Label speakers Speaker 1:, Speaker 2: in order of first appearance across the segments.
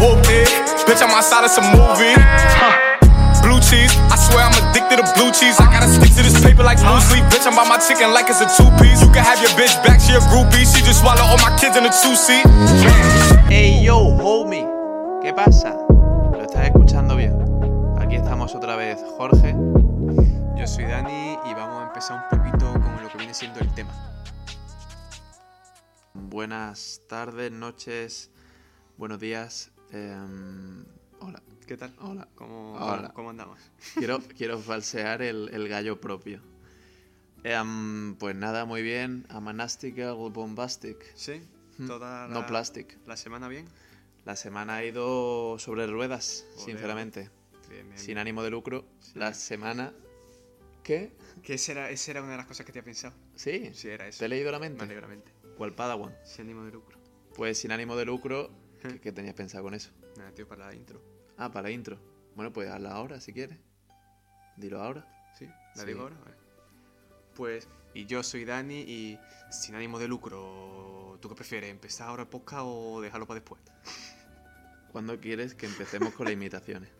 Speaker 1: whooped it. Bitch, I'm outside, it's a movie. Huh. Blue cheese, I swear I'm addicted to blue cheese. I gotta stick to this paper like blue sleep. Bitch, I'm by my chicken like it's a two piece. You can have your bitch back, she a groupie. She just swallow all my kids in a two seat.
Speaker 2: Hey yo, homie, ¿qué pasa? ¿Lo estás escuchando bien? Aquí estamos otra vez, Jorge. Yo soy Dani y vamos a empezar un poquito con lo que viene siendo el tema. Buenas tardes, noches, buenos días. em, hola.
Speaker 3: ¿Qué tal? Hola, ¿cómo,
Speaker 2: Hola.
Speaker 3: ¿cómo andamos?
Speaker 2: Quiero, quiero falsear el, el gallo propio. Em, pues nada, muy bien. Amanastical Bombastic.
Speaker 3: ¿Sí?
Speaker 2: Hmm.
Speaker 3: ¿Toda la,
Speaker 2: No plastic.
Speaker 3: la semana bien?
Speaker 2: La semana ha ido sobre ruedas,
Speaker 3: Ole,
Speaker 2: sinceramente.
Speaker 3: Bien, bien.
Speaker 2: Sin ánimo de lucro. La semana. ¿Qué?
Speaker 3: Que esa era, esa era una de las cosas que te había pensado.
Speaker 2: Sí.
Speaker 3: Sí, era eso.
Speaker 2: Te he leído la
Speaker 3: Más
Speaker 2: mente.
Speaker 3: libremente.
Speaker 2: O el Padawan.
Speaker 3: Sin ánimo de lucro.
Speaker 2: Pues sin ánimo de lucro.
Speaker 3: Hmm.
Speaker 2: ¿Qué, qué tenías pensado con eso?
Speaker 3: Nada, tío, para la intro.
Speaker 2: Ah, para intro. Bueno, pues hazla ahora si quieres. Dilo ahora.
Speaker 3: ¿Sí? ¿La
Speaker 2: Sí.
Speaker 3: digo ahora? Vale. Pues, y yo soy Dani y sin ánimo de lucro, ¿tú qué prefieres? ¿Empezar ahora el podcast o dejarlo para después?
Speaker 2: ¿Cuándo quieres que empecemos con las imitaciones?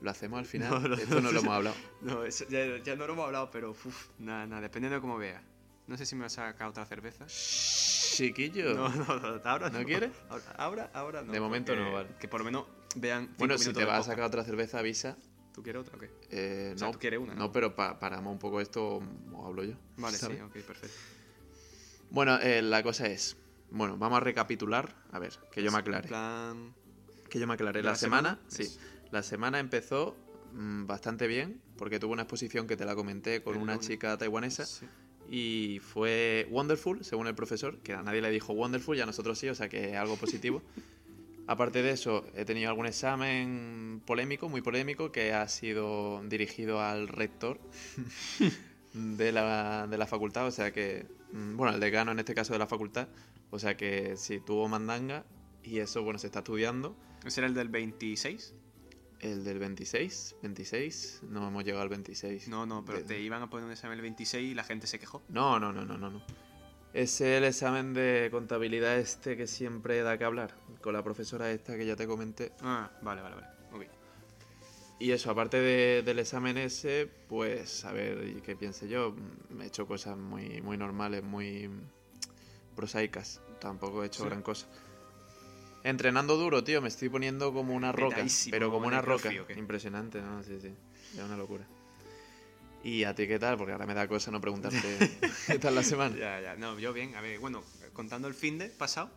Speaker 2: ¿Lo hacemos al final?
Speaker 3: No, no,
Speaker 2: Esto no
Speaker 3: no,
Speaker 2: lo
Speaker 3: sí.
Speaker 2: hemos hablado.
Speaker 3: No, eso ya, ya no lo hemos hablado, pero uf, nada, nada, dependiendo de cómo veas. No sé si me vas a sacar otra cerveza.
Speaker 2: Chiquillo.
Speaker 3: No, no, no, ahora no.
Speaker 2: ¿No quieres?
Speaker 3: Ahora, ahora, ahora no.
Speaker 2: De momento
Speaker 3: porque-
Speaker 2: no, vale.
Speaker 3: Que por lo menos vean. cinco
Speaker 2: bueno, si
Speaker 3: minutos
Speaker 2: te
Speaker 3: de
Speaker 2: vas a
Speaker 3: podcast.
Speaker 2: sacar otra cerveza, avisa.
Speaker 3: ¿Tú quieres otra o qué?
Speaker 2: Eh,
Speaker 3: O sea,
Speaker 2: no,
Speaker 3: tú quieres una, ¿no?
Speaker 2: No, pero pa- paramos un poco esto o hablo yo.
Speaker 3: Vale,
Speaker 2: ¿sabes?
Speaker 3: sí, ok, perfecto.
Speaker 2: Bueno, eh, la cosa es. Bueno, vamos a recapitular. A ver, que yo me aclare.
Speaker 3: Plan.
Speaker 2: Que yo me aclaré.
Speaker 3: ¿De
Speaker 2: La,
Speaker 3: la
Speaker 2: semana,
Speaker 3: semana?
Speaker 2: sí.
Speaker 3: Eso.
Speaker 2: La semana empezó mm, bastante bien, porque tuve una exposición que te la comenté con
Speaker 3: El
Speaker 2: una
Speaker 3: lunes.
Speaker 2: chica taiwanesa
Speaker 3: sí.
Speaker 2: y fue wonderful, según el profesor, que a nadie le dijo wonderful y a nosotros sí, o sea que es algo positivo. Aparte de eso, he tenido algún examen polémico, muy polémico, que ha sido dirigido al rector de la, de la facultad, o sea que, mm, bueno, al decano en este caso de la facultad, o sea que sí, tuvo mandanga y eso, bueno, se está estudiando.
Speaker 3: ¿Ese era el del 26?
Speaker 2: El del 26, 26, no hemos llegado al 26.
Speaker 3: No, no, pero
Speaker 2: De-
Speaker 3: te iban a poner un examen el 26 y la gente se quejó.
Speaker 2: No, no, no, no, no, no. Es el examen de contabilidad este que siempre da que hablar, con la profesora esta que ya te comenté.
Speaker 3: Ah, vale, vale, vale. Ok.
Speaker 2: Y eso, aparte de- del examen ese, pues a ver, ¿y qué piense yo, Mm, he hecho cosas muy, muy normales, muy mm, prosaicas, tampoco he hecho
Speaker 3: Sí.
Speaker 2: gran cosa. Entrenando duro, tío, me estoy poniendo como una roca,
Speaker 3: Petadísimo,
Speaker 2: pero como
Speaker 3: como
Speaker 2: una
Speaker 3: en el
Speaker 2: roca.
Speaker 3: crossfit, ¿o qué?
Speaker 2: Impresionante, ¿no? Sí, sí, es una locura. ¿Y a ti qué tal? Porque ahora me da cosa no preguntarte qué tal la semana.
Speaker 3: Ya, ya, no, yo bien, a ver, bueno, contando el fin de pasado,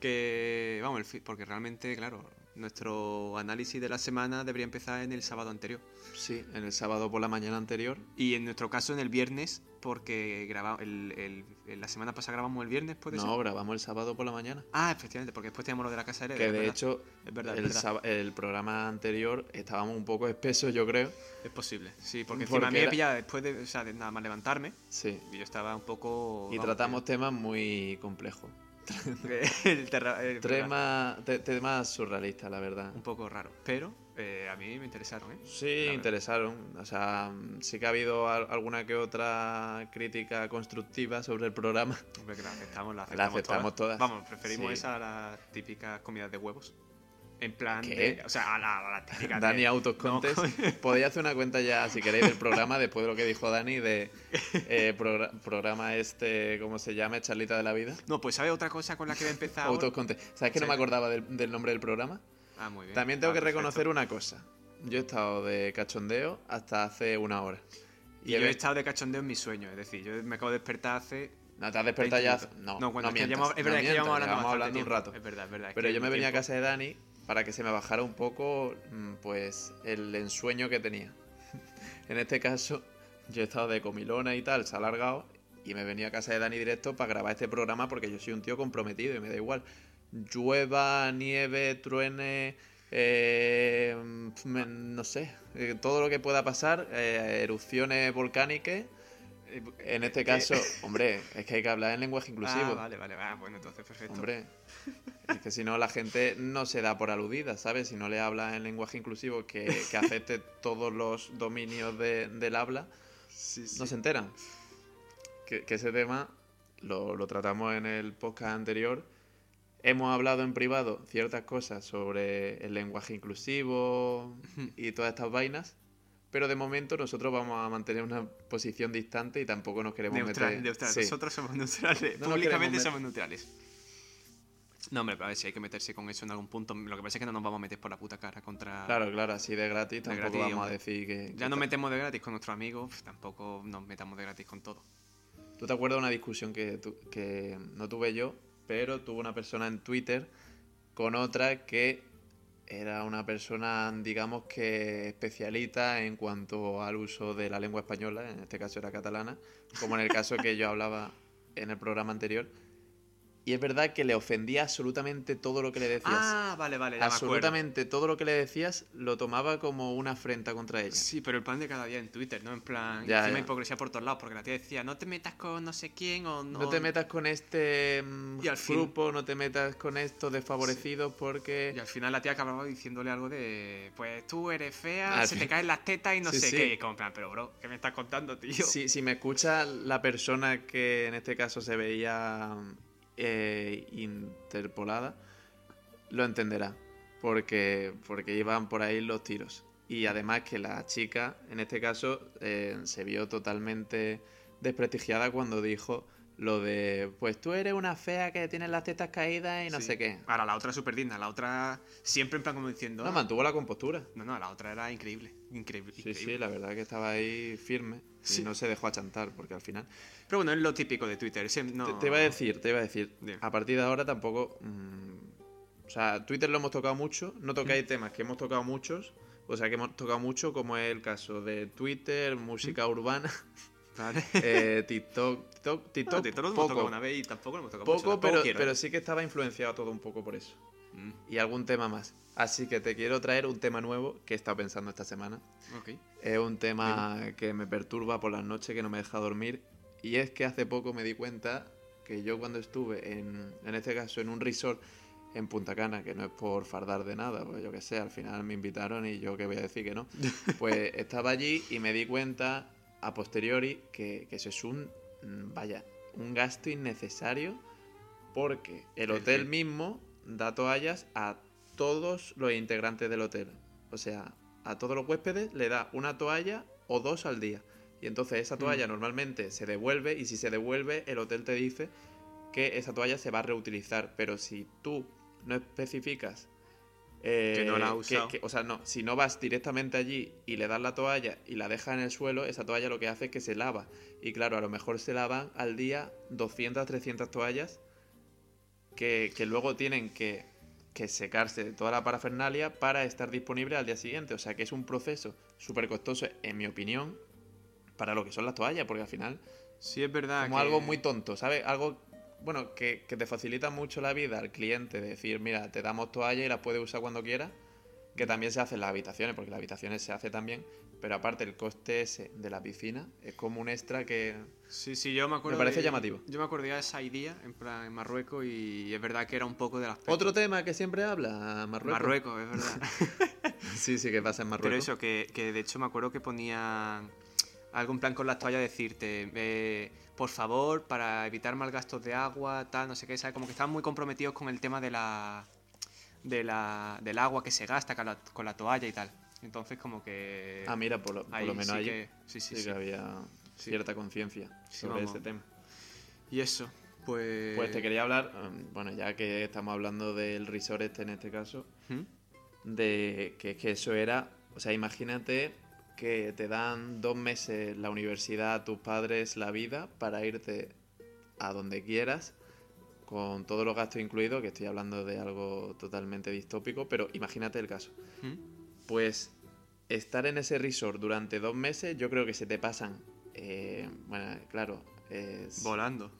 Speaker 3: que, vamos, el fin, porque realmente, claro, nuestro análisis de la semana debería empezar en el sábado anterior.
Speaker 2: Sí, en el sábado por la mañana anterior.
Speaker 3: Y en nuestro caso en el viernes, porque graba, el, el- el- la semana pasada grabamos el viernes, ¿puede
Speaker 2: No,
Speaker 3: ser?
Speaker 2: grabamos el sábado por la mañana.
Speaker 3: Ah, efectivamente, porque después teníamos lo de la casa de
Speaker 2: Que de hecho,
Speaker 3: es verdad, es
Speaker 2: el,
Speaker 3: verdad.
Speaker 2: saba- el programa anterior estábamos un poco espesos, yo creo.
Speaker 3: es posible. Sí, porque encima
Speaker 2: Porque
Speaker 3: a mí me
Speaker 2: era-
Speaker 3: pillaba después de, o sea, de nada más levantarme,
Speaker 2: Sí.
Speaker 3: y yo estaba un poco...
Speaker 2: Y
Speaker 3: Oh, vamos, eh.
Speaker 2: tratamos temas muy complejos.
Speaker 3: que- que el terra- el-
Speaker 2: Tema- te- temas surrealistas, la verdad.
Speaker 3: Un poco raro, pero eh, a mí me interesaron, ¿eh?
Speaker 2: Sí,
Speaker 3: verdad.
Speaker 2: interesaron. O sea, mm, sí que ha habido al- alguna que otra crítica constructiva sobre el programa.
Speaker 3: Hombre, que la aceptamos, la
Speaker 2: La
Speaker 3: aceptamos,
Speaker 2: aceptamos todas.
Speaker 3: Vamos, preferimos
Speaker 2: Sí.
Speaker 3: esa a las típicas comidas de huevos. En plan,
Speaker 2: ¿Qué?
Speaker 3: de- o sea, a la, a la típica. de-
Speaker 2: Dani Autos
Speaker 3: No,
Speaker 2: Contest. Podéis hacer una cuenta ya, si queréis, del programa después de lo que dijo Dani de eh, progra- programa este, ¿cómo se llama? Charlita de la vida.
Speaker 3: no, pues ¿sabes otra cosa con la que voy a empezar? ahora?
Speaker 2: Autos Contest. ¿Sabes que no
Speaker 3: Sí.
Speaker 2: me acordaba del, del nombre del programa?
Speaker 3: Ah, muy bien.
Speaker 2: También tengo
Speaker 3: Ah,
Speaker 2: que
Speaker 3: perfecto.
Speaker 2: reconocer una cosa. Yo he estado de cachondeo hasta hace una hora.
Speaker 3: Y yo he estado de cachondeo en mis sueños, es decir, yo me acabo de despertar hace.
Speaker 2: No, te has despertado ya.
Speaker 3: 20
Speaker 2: hace-
Speaker 3: minutos.
Speaker 2: No,
Speaker 3: cuando
Speaker 2: no
Speaker 3: es que
Speaker 2: mientas,
Speaker 3: llevamos- es
Speaker 2: no
Speaker 3: verdad que
Speaker 2: mientas,
Speaker 3: llevamos hablando,
Speaker 2: llevamos
Speaker 3: bastante
Speaker 2: hablando un
Speaker 3: tiempo.
Speaker 2: rato.
Speaker 3: Es verdad, es verdad. es
Speaker 2: Pero
Speaker 3: que
Speaker 2: yo me venía a
Speaker 3: tiempo-
Speaker 2: casa de Dani para que se me bajara un poco, mm, pues, el ensueño que tenía. en este caso, yo he estado de comilona y tal, se ha alargado, y me venía a casa de Dani directo para grabar este programa porque yo soy un tío comprometido y me da igual. Llueva, nieve, truene, eh, mm, me- no sé, eh, todo lo que pueda pasar, eh, erupciones volcánicas. En este caso, hombre, es que hay que hablar en lenguaje inclusivo.
Speaker 3: Ah, vale, vale, ah, bueno, entonces perfecto.
Speaker 2: Hombre, es que si no la gente no se da por aludida, ¿sabes? Si no le habla en lenguaje inclusivo que, que acepte todos los dominios de- del habla,
Speaker 3: Sí, sí.
Speaker 2: no se enteran. Que, que ese tema lo, lo tratamos en el podcast anterior. Hemos hablado en privado ciertas cosas sobre el lenguaje inclusivo y todas estas vainas, pero de momento nosotros vamos a mantener una posición distante y tampoco nos queremos
Speaker 3: Neutral,
Speaker 2: meter.
Speaker 3: neutral.
Speaker 2: Sí.
Speaker 3: Nosotros somos neutrales.
Speaker 2: No nos
Speaker 3: Públicamente
Speaker 2: queremos
Speaker 3: somos neutrales. No, hombre, pero a ver si hay que meterse con eso en algún punto. Lo que pasa es que no nos vamos a meter por la puta cara contra.
Speaker 2: Claro, claro, así de gratis tampoco
Speaker 3: gratis,
Speaker 2: vamos
Speaker 3: hombre.
Speaker 2: a decir que.
Speaker 3: ya
Speaker 2: que
Speaker 3: nos
Speaker 2: tal.
Speaker 3: metemos de gratis con nuestros amigos, pf, tampoco nos metamos de gratis con todo.
Speaker 2: ¿Tú te acuerdas de una discusión que, tu- que no tuve yo, pero tuvo una persona en Twitter con otra que era una persona, digamos que especialista en cuanto al uso de la lengua española, en este caso era catalana, como en el caso que yo hablaba en el programa anterior. Y es verdad que le ofendía absolutamente todo lo que le decías.
Speaker 3: Ah, vale, vale, ya me acuerdo.
Speaker 2: absolutamente todo lo que le decías lo tomaba como una afrenta contra ella.
Speaker 3: Sí, pero el pan de cada día en Twitter, ¿no? En plan,
Speaker 2: Ya,
Speaker 3: encima
Speaker 2: ya.
Speaker 3: hipocresía por todos lados, porque la tía decía, no te metas con no sé quién o no.
Speaker 2: No te metas con este mm,
Speaker 3: Y al fin-
Speaker 2: grupo, no te metas con estos desfavorecidos porque...
Speaker 3: Y al final la tía acababa diciéndole algo de, pues tú eres fea,
Speaker 2: Al
Speaker 3: se
Speaker 2: fin-
Speaker 3: te caen las tetas y no
Speaker 2: Ah, Sí,
Speaker 3: sé
Speaker 2: sí.
Speaker 3: qué. Y como, en plan, pero bro, ¿qué me estás contando, tío?
Speaker 2: Si, si me escucha la persona que en este caso se veía eh, interpolada, lo entenderá, porque, porque iban por ahí los tiros. Y además que la chica, en este caso, eh, se vio totalmente desprestigiada cuando dijo lo de, pues tú eres una fea que tienes las tetas caídas y no
Speaker 3: Sí.
Speaker 2: sé qué.
Speaker 3: Ahora, la otra súper digna, la otra siempre en plan como diciendo.
Speaker 2: No,
Speaker 3: "Ah,
Speaker 2: mantuvo la compostura.
Speaker 3: No, no, la otra era increíble. Increíble.
Speaker 2: Sí, sí,
Speaker 3: increíble.
Speaker 2: la verdad que estaba ahí firme
Speaker 3: Sí.
Speaker 2: y no se dejó achantar, porque al final...
Speaker 3: Pero bueno, es lo típico de Twitter. ese no-
Speaker 2: Te, te iba a decir, te iba a decir,
Speaker 3: Dime.
Speaker 2: a partir de ahora tampoco... mm, o sea, Twitter lo hemos tocado mucho, no tocáis temas que hemos tocado muchos, o sea, que hemos tocado mucho, como es el caso de Twitter, música
Speaker 3: ¿Mm?
Speaker 2: urbana,
Speaker 3: Vale.
Speaker 2: eh, TikTok, TikTok, TikTok,
Speaker 3: Bueno, TikTok lo hemos tocado
Speaker 2: poco,
Speaker 3: una vez y tampoco lo hemos tocado mucho,
Speaker 2: poco
Speaker 3: tampoco
Speaker 2: pero,
Speaker 3: quiero. ¿eh?
Speaker 2: pero sí que estaba influenciado todo un poco por eso.
Speaker 3: Mm,
Speaker 2: Y algún tema más. Así que te quiero traer un tema nuevo que he estado pensando esta semana.
Speaker 3: ok.
Speaker 2: Es un tema que me perturba por las noches, que no me deja dormir. Y es que hace poco me di cuenta que yo cuando estuve en, en este caso, en un resort en Punta Cana, que no es por fardar de nada, pues yo qué sé, al final me invitaron y yo qué voy a decir que no. Pues estaba allí y me di cuenta a posteriori que, que eso es un, mm, vaya, un gasto innecesario porque el
Speaker 3: ¿El
Speaker 2: hotel
Speaker 3: qué?
Speaker 2: mismo da toallas a todos los integrantes del hotel. O sea, a todos los huéspedes le da una toalla o dos al día. Y entonces esa toalla normalmente se devuelve y si se devuelve el hotel te dice que esa toalla se va a reutilizar. Pero si tú no especificas... eh,
Speaker 3: Que no la ha usado.
Speaker 2: que- o sea, no, si no vas directamente allí y le das la toalla y la dejas en el suelo, esa toalla lo que hace es que se lava. Y claro, a lo mejor se lavan al día 200, 300 toallas que, que luego tienen que, que secarse de toda la parafernalia para estar disponible al día siguiente. O sea que es un proceso súper costoso, en mi opinión, para lo que son las toallas, porque al final
Speaker 3: Sí, es verdad.
Speaker 2: como
Speaker 3: Ah, que-
Speaker 2: algo muy tonto, ¿sabes? Algo, bueno, que, que te facilita mucho la vida al cliente. Decir, mira, te damos toalla y las puedes usar cuando quieras. Que también se hace en las habitaciones, porque las habitaciones se hace también. Pero aparte, el coste ese de la piscina es como un extra que.
Speaker 3: Sí, sí, yo me acuerdo.
Speaker 2: parece
Speaker 3: de-
Speaker 2: llamativo.
Speaker 3: Yo me acuerdo ya de esa idea en, plan, en Marruecos y es verdad que era un poco de las.
Speaker 2: Otro tema que siempre habla, ah, Marruecos.
Speaker 3: Marruecos, es verdad.
Speaker 2: Sí, sí, que pasa en Marruecos.
Speaker 3: Pero eso, que, que de hecho me acuerdo que ponían algo en plan con las toallas decirte, eh, por favor, para evitar malgastos de agua, tal, no sé qué, ¿sabes? Como que estaban muy comprometidos con el tema de la, de la, del agua que se gasta con la, con la toalla y tal. Entonces como que...
Speaker 2: Ah, mira, por lo, por
Speaker 3: ahí
Speaker 2: lo menos
Speaker 3: sí
Speaker 2: allí
Speaker 3: que- sí, sí,
Speaker 2: sí que
Speaker 3: sí.
Speaker 2: había
Speaker 3: Sí.
Speaker 2: cierta conciencia
Speaker 3: Sí,
Speaker 2: sobre
Speaker 3: vamos.
Speaker 2: ese tema.
Speaker 3: Y eso, pues...
Speaker 2: Pues te quería hablar, um, bueno, ya que estamos hablando del resort este en este caso,
Speaker 3: ¿Mm?
Speaker 2: de que, que eso era, o sea, imagínate que te dan dos meses la universidad, tus padres, la vida para irte a donde quieras con todos los gastos incluidos, que estoy hablando de algo totalmente distópico, pero imagínate el caso.
Speaker 3: ¿Mm?
Speaker 2: Pues estar en ese resort durante dos meses, yo creo que se te pasan. eh, bueno, claro. es-
Speaker 3: Volando.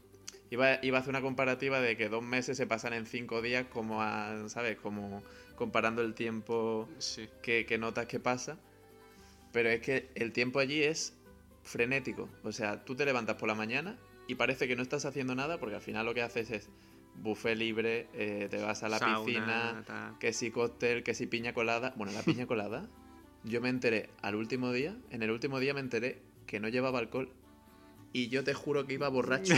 Speaker 2: iba, iba a hacer una comparativa de que dos meses se pasan en cinco días, como a- ¿sabes? Como comparando el tiempo
Speaker 3: Sí.
Speaker 2: que, que notas que pasa. Pero es que el tiempo allí es frenético. O sea, tú te levantas por la mañana y parece que no estás haciendo nada porque al final lo que haces es buffet libre, eh, te vas a la
Speaker 3: Sauna,
Speaker 2: piscina,
Speaker 3: tal.
Speaker 2: que si cóctel, que si piña colada. Bueno, la piña colada, yo me enteré al último día, en el último día me enteré que no llevaba alcohol. Y yo te juro que iba borracho.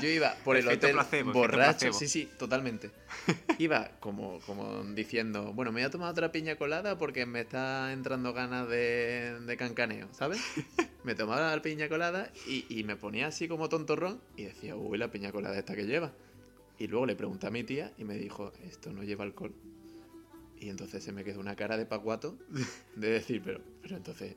Speaker 2: Yo iba por el
Speaker 3: Efecto
Speaker 2: hotel
Speaker 3: placebo, efecto
Speaker 2: borracho.
Speaker 3: placebo.
Speaker 2: Sí, sí, totalmente. Iba como, como diciendo, bueno, me voy a tomar otra piña colada porque me está entrando ganas de, de cancaneo, ¿sabes? Me tomaba la piña colada y, y me ponía así como tontorrón y decía, uy, la piña colada esta que lleva. Y luego le pregunté a mi tía y me dijo, esto no lleva alcohol. Y entonces se me quedó una cara de pacuato de decir, pero, pero entonces,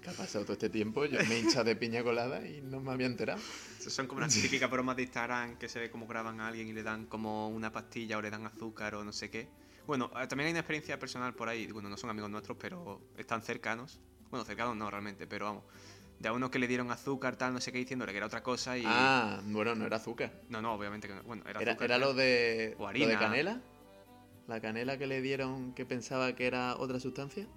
Speaker 2: ¿qué ha pasado todo este tiempo? Yo me he hinchado de piña colada y no me había enterado.
Speaker 3: Son como las típicas bromas de Instagram que se ve como graban a alguien y le dan como una pastilla o le dan azúcar o no sé qué. Bueno, eh, también hay una experiencia personal por ahí. Bueno, no son amigos nuestros, pero están cercanos. Bueno, cercanos no realmente, pero vamos. De a uno que le dieron azúcar, tal, no sé qué, diciéndole que era otra cosa y...
Speaker 2: Ah, bueno, no era azúcar.
Speaker 3: No, no, obviamente que no. Bueno, era,
Speaker 2: Era,
Speaker 3: azúcar,
Speaker 2: era
Speaker 3: creo.
Speaker 2: lo de.
Speaker 3: O
Speaker 2: lo de
Speaker 3: harina.
Speaker 2: canela? ¿La canela que le dieron que pensaba que era otra sustancia?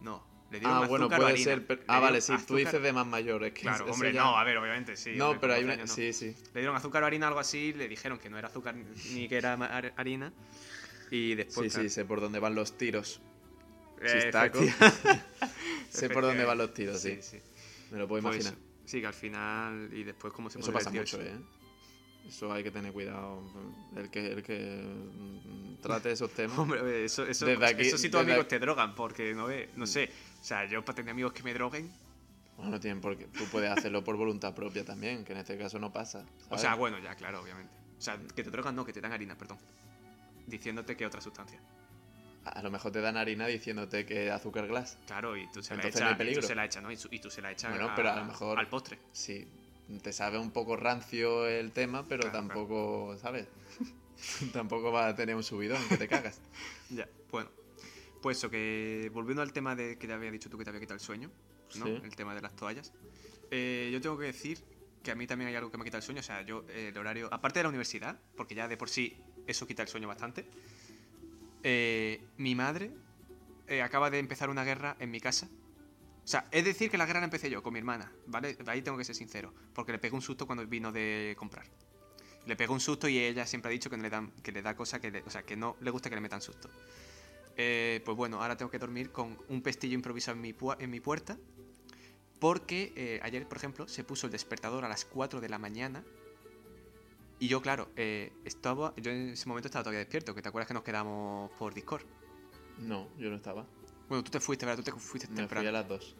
Speaker 3: No, le dieron
Speaker 2: Ah,
Speaker 3: azúcar
Speaker 2: bueno,
Speaker 3: o
Speaker 2: puede
Speaker 3: harina.
Speaker 2: ser. pero-
Speaker 3: Le
Speaker 2: Ah, vale, sí,
Speaker 3: dieron
Speaker 2: tú dices
Speaker 3: azúcar-
Speaker 2: de más mayor. Es que
Speaker 3: Claro,
Speaker 2: eso
Speaker 3: hombre,
Speaker 2: ya-
Speaker 3: no, a ver, obviamente sí.
Speaker 2: no,
Speaker 3: hombre,
Speaker 2: pero
Speaker 3: con
Speaker 2: hay una.
Speaker 3: 12 años no.
Speaker 2: Sí, sí.
Speaker 3: Le dieron azúcar o harina, algo así, le dijeron que no era azúcar ni que era ma- har- harina. Y
Speaker 2: Sí,
Speaker 3: después...
Speaker 2: sí, sé por dónde van los tiros.
Speaker 3: claro,
Speaker 2: si
Speaker 3: eh,
Speaker 2: está
Speaker 3: efecti-
Speaker 2: sé por dónde van los tiros, sí.
Speaker 3: efectivamente. sí.
Speaker 2: Me lo puedo
Speaker 3: Pues,
Speaker 2: imaginar.
Speaker 3: sí, que al final y después cómo se
Speaker 2: Eso
Speaker 3: puede
Speaker 2: pasa mucho,
Speaker 3: divertir
Speaker 2: ¿eh? Eso hay que tener cuidado. El que, el que mm, trate esos temas.
Speaker 3: Hombre, eh, eso, eso,
Speaker 2: Desde aquí-
Speaker 3: eso sí tus
Speaker 2: desde
Speaker 3: amigos
Speaker 2: aquí-
Speaker 3: te
Speaker 2: Mm.
Speaker 3: drogan, porque no ve, no sé. O sea, yo para tener amigos que me droguen.
Speaker 2: Bueno, no tienen por qué- Tú puedes hacerlo por voluntad propia también, que en este caso no pasa.
Speaker 3: O
Speaker 2: ¿sabes?
Speaker 3: sea, bueno, ya, claro, obviamente. O sea, que te drogan, no, que te dan harina, perdón. Diciéndote que otra sustancia.
Speaker 2: A lo mejor te dan harina diciéndote que azúcar glass.
Speaker 3: Claro, y tú se la
Speaker 2: Entonces
Speaker 3: echas.
Speaker 2: no hay
Speaker 3: y tú
Speaker 2: peligro.
Speaker 3: se la echas, ¿no? Y, su- y tú se la echas
Speaker 2: Bueno,
Speaker 3: a-
Speaker 2: pero a lo mejor-
Speaker 3: al postre.
Speaker 2: Sí, te sabe un poco rancio el tema, pero
Speaker 3: Claro,
Speaker 2: tampoco, ¿sabes? tampoco va a tener un subidón que te cagas.
Speaker 3: Ya, bueno. Pues eso, que volviendo al tema de que te había dicho tú que te había quitado el sueño, ¿no?
Speaker 2: Sí.
Speaker 3: El tema de las toallas. Eh, yo tengo que decir que a mí también hay algo que me quita el sueño. O sea, yo eh, el horario, aparte de la universidad, porque ya de por sí eso quita el sueño bastante, eh, mi madre eh, acaba de empezar una guerra en mi casa. O sea, es decir que la guerra la empecé yo con mi hermana, ¿vale? Ahí tengo que ser sincero, porque le pegué un susto cuando vino de comprar. Le pegó un susto y ella siempre ha dicho que no le dan, que le da cosa que, le- o sea, que no le gusta que le metan susto. Eh, pues bueno, ahora tengo que dormir con un pestillo improvisado en mi, pua- en mi puerta. Porque eh, ayer, por ejemplo, se puso el despertador a las 4 de la mañana. Y yo, claro, eh, estaba. Yo en ese momento estaba todavía despierto, que te acuerdas que nos quedamos por Discord.
Speaker 2: No, yo no estaba.
Speaker 3: Bueno, tú te fuiste, ¿verdad? Tú te fuiste
Speaker 2: Me
Speaker 3: temprano.
Speaker 2: fui a las dos.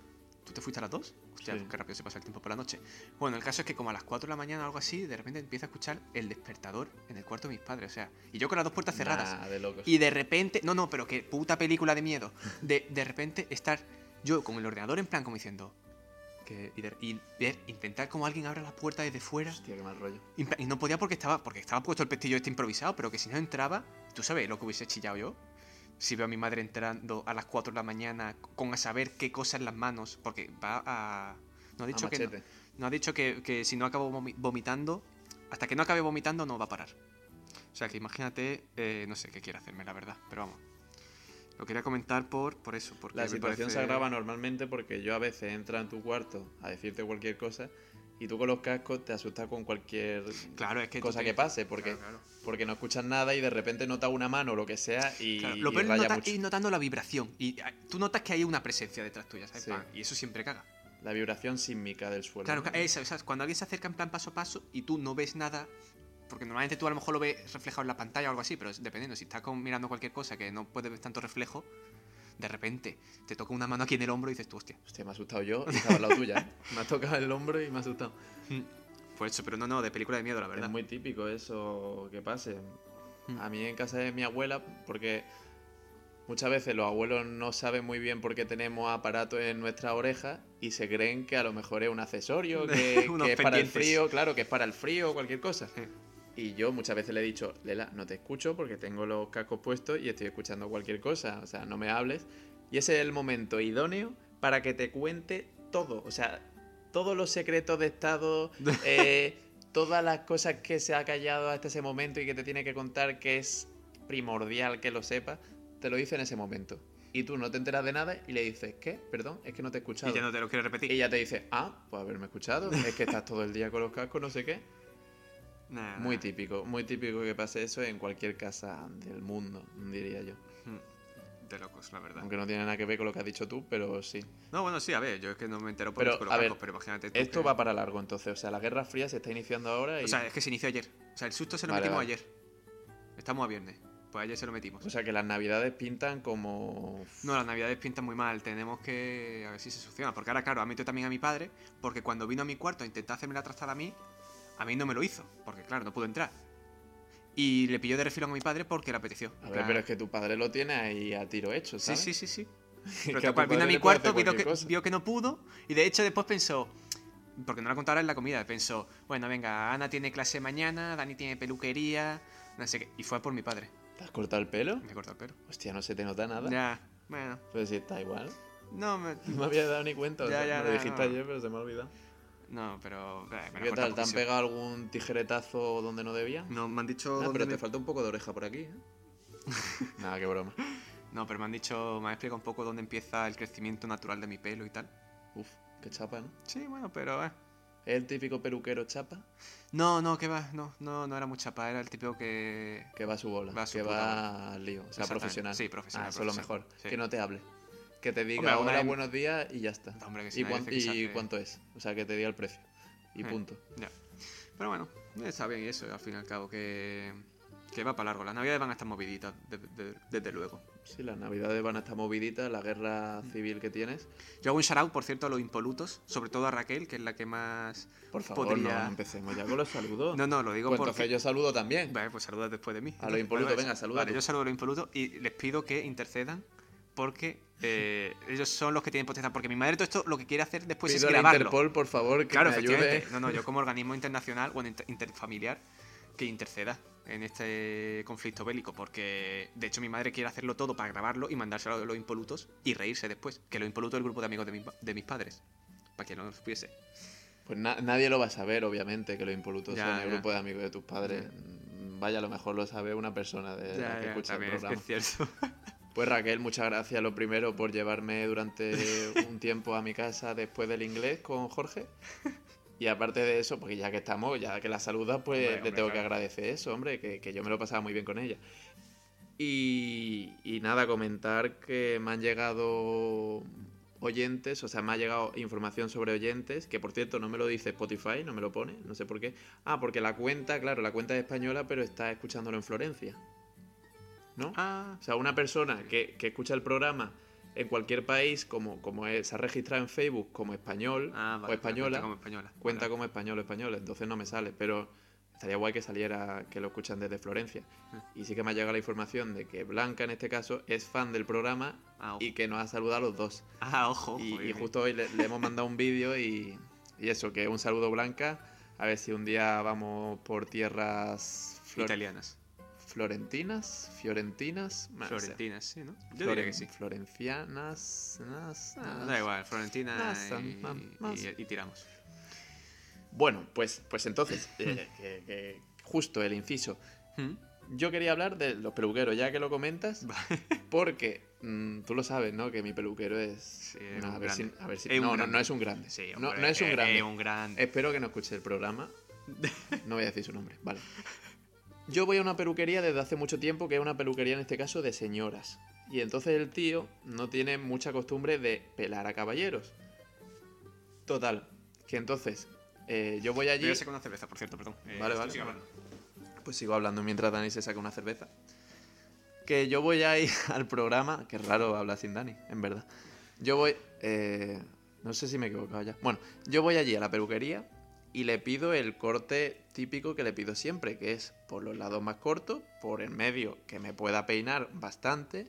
Speaker 3: ¿Tú te fuiste a las 2? Hostia,
Speaker 2: Sí.
Speaker 3: qué rápido se pasa el tiempo por la noche. Bueno, el caso es que como a las 4 de la mañana o algo así, de repente empiezo a escuchar el despertador en el cuarto de mis padres. O sea, y yo con las dos puertas cerradas.
Speaker 2: Nah, de locos.
Speaker 3: Y de repente, no, no, pero qué puta película de miedo. De, de repente estar yo con el ordenador en plan como diciendo... Que, y, de- y ver, intentar como alguien abra la puerta desde fuera.
Speaker 2: Hostia, qué mal rollo.
Speaker 3: Y en plan- y no podía porque estaba, porque estaba puesto el pestillo este improvisado, pero que si no entraba, tú sabes lo que hubiese chillado yo. Si veo a mi madre entrando a las 4 de la mañana con a saber qué cosa en las manos, porque va a... No ha
Speaker 2: A
Speaker 3: dicho, que, no,
Speaker 2: machete.
Speaker 3: no ha dicho que, que si no acabo vomi- vomitando, hasta que no acabe vomitando no va a parar. O sea que imagínate, eh, no sé qué quiere hacerme, la verdad, pero vamos. Lo quería comentar por, por eso, porque
Speaker 2: La
Speaker 3: me
Speaker 2: situación se
Speaker 3: parece-
Speaker 2: agrava normalmente porque yo a veces entra en tu cuarto a decirte cualquier cosa y tú con los cascos te asustas con cualquier
Speaker 3: Claro, es que tú
Speaker 2: cosa
Speaker 3: tienes-
Speaker 2: que pase porque,
Speaker 3: Claro, claro.
Speaker 2: porque no escuchas nada y de repente nota una mano o lo que sea y,
Speaker 3: Claro, lo
Speaker 2: y
Speaker 3: peor es,
Speaker 2: raya
Speaker 3: notar-
Speaker 2: mucho.
Speaker 3: es notando la vibración. Y ah, tú notas que hay una presencia detrás tuya, ¿sabes?
Speaker 2: Sí.
Speaker 3: Pan, Y eso siempre caga.
Speaker 2: La vibración sísmica del suelo.
Speaker 3: Claro,
Speaker 2: ¿no?
Speaker 3: esa, esa, cuando alguien se acerca en plan paso a paso y tú no ves nada, porque normalmente tú a lo mejor lo ves reflejado en la pantalla o algo así, pero es- dependiendo, si estás con- mirando cualquier cosa que no puedes ver tanto reflejo, de repente te toca una mano aquí en el hombro y dices tú, hostia.
Speaker 2: Hostia, me ha asustado yo y estaba al lado tuya. ¿eh? Me ha tocado el hombro y me ha asustado.
Speaker 3: Pues eso, pero no, no, de película de miedo, la verdad.
Speaker 2: Es muy típico eso que pase.
Speaker 3: Mm.
Speaker 2: A mí en casa de mi abuela, porque muchas veces los abuelos no saben muy bien por qué tenemos aparatos en nuestra oreja y se creen que a lo mejor es un accesorio, que,
Speaker 3: Unos
Speaker 2: que es para el
Speaker 3: pendientes.
Speaker 2: frío, claro, que es para el frío o cualquier cosa.
Speaker 3: Sí.
Speaker 2: Y yo muchas veces le he dicho, Lela, no te escucho porque tengo los cascos puestos y estoy escuchando cualquier cosa, o sea, no me hables. Y ese es el momento idóneo para que te cuente todo, o sea, todos los secretos de Estado, eh, todas las cosas que se ha callado hasta ese momento y que te tiene que contar que es primordial que lo sepas, te lo dice en ese momento. Y tú no te enteras de nada y le dices, ¿qué? Perdón, es que no te he escuchado.
Speaker 3: Y ya no te lo quiero repetir.
Speaker 2: Y ella te dice, ah, pues haberme escuchado, es que estás todo el día con los cascos, no sé qué.
Speaker 3: Nah, nah.
Speaker 2: Muy típico, muy típico que pase eso en cualquier casa del mundo, diría yo.
Speaker 3: Mm. de locos, la verdad.
Speaker 2: Aunque no tiene nada que ver con lo que has dicho tú, pero sí.
Speaker 3: No, bueno, sí, a ver, yo es que no me entero por
Speaker 2: Pero,
Speaker 3: los
Speaker 2: a
Speaker 3: colocos,
Speaker 2: ver,
Speaker 3: pero imagínate tú
Speaker 2: Esto
Speaker 3: que-
Speaker 2: va para largo entonces. O sea, la Guerra Fría se está iniciando ahora y.
Speaker 3: O sea, es que se inició ayer. O sea, el susto se lo
Speaker 2: Vale,
Speaker 3: metimos
Speaker 2: vale.
Speaker 3: ayer. Estamos a viernes. Pues ayer se lo metimos.
Speaker 2: o sea, que las navidades pintan como.
Speaker 3: No, las navidades pintan muy mal, tenemos que a ver si se soluciona. Porque ahora, claro, admito también a mi padre, porque cuando vino a mi cuarto a intentar hacerme la trastada a mí, a mí no me lo hizo, porque claro, no pudo entrar. Y le pilló de refilón a mi padre porque le apeteció.
Speaker 2: A ver, pero es que tu padre lo tiene ahí a tiro hecho,
Speaker 3: Sí,
Speaker 2: ¿sabes?
Speaker 3: sí, sí, sí.
Speaker 2: que
Speaker 3: Pero
Speaker 2: a
Speaker 3: tal cual, vino a
Speaker 2: tu padre
Speaker 3: mi
Speaker 2: le puede
Speaker 3: cuarto,
Speaker 2: hacer
Speaker 3: vio que,
Speaker 2: cualquier cosa.
Speaker 3: vio que no pudo, y de hecho después pensó, porque no la contaba en la comida, pensó, bueno, venga, Ana tiene clase mañana, Dani tiene peluquería, no sé qué. Y fue a por mi padre,
Speaker 2: ¿Te has cortado el pelo?
Speaker 3: me cortó el pelo.
Speaker 2: Hostia, no se te nota nada.
Speaker 3: Ya, bueno,
Speaker 2: Pues sí, está igual.
Speaker 3: no me...
Speaker 2: No me había dado ni cuenta. o
Speaker 3: Ya,
Speaker 2: sea,
Speaker 3: ya,
Speaker 2: me lo
Speaker 3: no,
Speaker 2: dijiste
Speaker 3: no.
Speaker 2: ayer, pero se me ha olvidado.
Speaker 3: No, pero... eh, me la
Speaker 2: ¿Qué
Speaker 3: corta
Speaker 2: tal? ¿Te han
Speaker 3: poquísimo.
Speaker 2: pegado algún tijeretazo donde no debía?
Speaker 3: No, me han dicho.
Speaker 2: Ah,
Speaker 3: dónde
Speaker 2: pero
Speaker 3: me-
Speaker 2: te falta un poco de oreja por aquí, ¿eh? Nada, qué broma.
Speaker 3: No, pero me han dicho. Me han explicado un poco dónde empieza el crecimiento natural de mi pelo y tal.
Speaker 2: Uf, qué chapa, ¿no?
Speaker 3: Sí, bueno, pero. eh.
Speaker 2: ¿Es el típico peluquero chapa
Speaker 3: No, no, que va. No, no, no era mucha pa, era el típico que.
Speaker 2: que va a su bola,
Speaker 3: Va a su
Speaker 2: que
Speaker 3: puta
Speaker 2: va al lío. O sea,
Speaker 3: Exactamente.
Speaker 2: profesional.
Speaker 3: Sí, profesional,
Speaker 2: Ah, eso es lo
Speaker 3: profesional.
Speaker 2: mejor.
Speaker 3: Sí.
Speaker 2: Que no te hable. Que te diga
Speaker 3: Hombre, alguna
Speaker 2: hola,
Speaker 3: vez-
Speaker 2: buenos días y ya está.
Speaker 3: Hombre, que si
Speaker 2: y
Speaker 3: nadie
Speaker 2: cuán-
Speaker 3: hace que se
Speaker 2: y
Speaker 3: hace-
Speaker 2: cuánto es. O sea, que te diga el precio. Y
Speaker 3: Eh.
Speaker 2: punto.
Speaker 3: Ya. Pero bueno, está bien eso, al fin y al cabo, que. Que va para largo. Las navidades van a estar moviditas, de- de- desde luego.
Speaker 2: Sí, las navidades van a estar moviditas, la guerra civil que tienes.
Speaker 3: Yo hago un shout por cierto, a los impolutos, sobre todo a Raquel, que es la que más.
Speaker 2: Por favor, no,
Speaker 3: podría.
Speaker 2: no empecemos ya con los saludos.
Speaker 3: No, no, lo digo
Speaker 2: Pues
Speaker 3: porque.
Speaker 2: entonces yo saludo también.
Speaker 3: Vale, pues saludas después de mí.
Speaker 2: A los impolutos, venga, saluda
Speaker 3: Vale,
Speaker 2: tú.
Speaker 3: yo saludo a los impolutos y les pido que intercedan porque eh, ellos son los que tienen potestad. Porque mi madre todo esto lo que quiere hacer después
Speaker 2: Pido
Speaker 3: pues es
Speaker 2: a la
Speaker 3: grabarlo.
Speaker 2: Interpol, por favor, que
Speaker 3: claro,
Speaker 2: me ayude.
Speaker 3: efectivamente. No, no, yo como organismo internacional, bueno, inter- interfamiliar, que interceda en este conflicto bélico. Porque, de hecho, mi madre quiere hacerlo todo para grabarlo y mandárselo a los impolutos y reírse después. Que los impolutos es el grupo de amigos de, mi pa- de mis padres. Para que no lo supiese.
Speaker 2: Pues na- nadie lo va a saber, obviamente, que los impolutos
Speaker 3: Ya,
Speaker 2: son el
Speaker 3: ya.
Speaker 2: grupo de amigos de tus padres.
Speaker 3: Ya.
Speaker 2: Mm, Vaya, a lo mejor lo sabe una persona de la
Speaker 3: Ya,
Speaker 2: Eh, que
Speaker 3: ya,
Speaker 2: escucha el
Speaker 3: también es que
Speaker 2: programa.
Speaker 3: es cierto.
Speaker 2: Pues Raquel, muchas gracias lo primero por llevarme durante un tiempo a mi casa después del inglés con Jorge. Y aparte de eso, porque ya que estamos, ya que la saludas, pues
Speaker 3: Hombre,
Speaker 2: le
Speaker 3: hombre,
Speaker 2: tengo que
Speaker 3: claro.
Speaker 2: agradecer eso, hombre, que, que yo me lo pasaba muy bien con ella. Y, y nada, comentar que me han llegado oyentes, o sea, me ha llegado información sobre oyentes, que por cierto no me lo dice Spotify, no me lo pone, no sé por qué. Ah, porque la cuenta, claro, la cuenta es española, pero está escuchándolo en Florencia. ¿No?
Speaker 3: Ah,
Speaker 2: O sea, una persona que, que escucha el programa en cualquier país, como, como es- se ha registrado en Facebook como español
Speaker 3: ah, vale,
Speaker 2: o española,
Speaker 3: Cuenta como española.
Speaker 2: cuenta como español o español, entonces no me sale, pero estaría guay que saliera, que lo escuchan desde Florencia.
Speaker 3: Hmm.
Speaker 2: Y sí que me ha llegado la información de que Blanca, en este caso, es fan del programa
Speaker 3: Ah, ojo.
Speaker 2: y que nos ha saludado a los dos.
Speaker 3: Ah, ojo.
Speaker 2: Y, y
Speaker 3: joder.
Speaker 2: justo hoy le, le hemos mandado un vídeo y, y eso, que un saludo Blanca, a ver si un día vamos por tierras flor-
Speaker 3: Italianas.
Speaker 2: florentinas, fiorentinas, no sé.
Speaker 3: Florentinas, sí, ¿no? Yo diría que sí.
Speaker 2: Florencianas. nas-
Speaker 3: Ah,
Speaker 2: nas.
Speaker 3: da igual, Florentina
Speaker 2: Más,
Speaker 3: y,
Speaker 2: más, más.
Speaker 3: y- y tiramos.
Speaker 2: Bueno, pues, pues entonces, eh, que- que- justo el inciso. Yo quería hablar de los peluqueros, ya que lo comentas, porque mm, tú lo sabes, ¿no? Que mi peluquero es.
Speaker 3: es
Speaker 2: no,
Speaker 3: un
Speaker 2: a, ver si,
Speaker 3: grande.
Speaker 2: a ver si-
Speaker 3: Es un
Speaker 2: No, no,
Speaker 3: grande.
Speaker 2: no es un grande.
Speaker 3: Sí,
Speaker 2: no,
Speaker 3: hombre,
Speaker 2: no es un
Speaker 3: eh,
Speaker 2: grande.
Speaker 3: eh, un grande.
Speaker 2: Espero que no escuche el programa. No voy a decir su nombre, vale. Yo voy a una peluquería desde hace mucho tiempo, que es una peluquería en este caso de señoras. Y entonces el tío no tiene mucha costumbre de pelar a caballeros. Total, que entonces eh, yo voy allí...
Speaker 3: Yo sé con una cerveza, por cierto, perdón. Eh,
Speaker 2: Vale,
Speaker 3: esto
Speaker 2: vale.
Speaker 3: sigue hablando.
Speaker 2: Pues sigo hablando mientras Dani se saca una cerveza. Que yo voy ahí al programa. Que raro hablar sin Dani, en verdad. Yo voy. eh, no sé si me he equivocado ya. Bueno, yo voy allí a la peluquería y le pido el corte típico que le pido siempre, que es por los lados más cortos, por el medio que me pueda peinar bastante.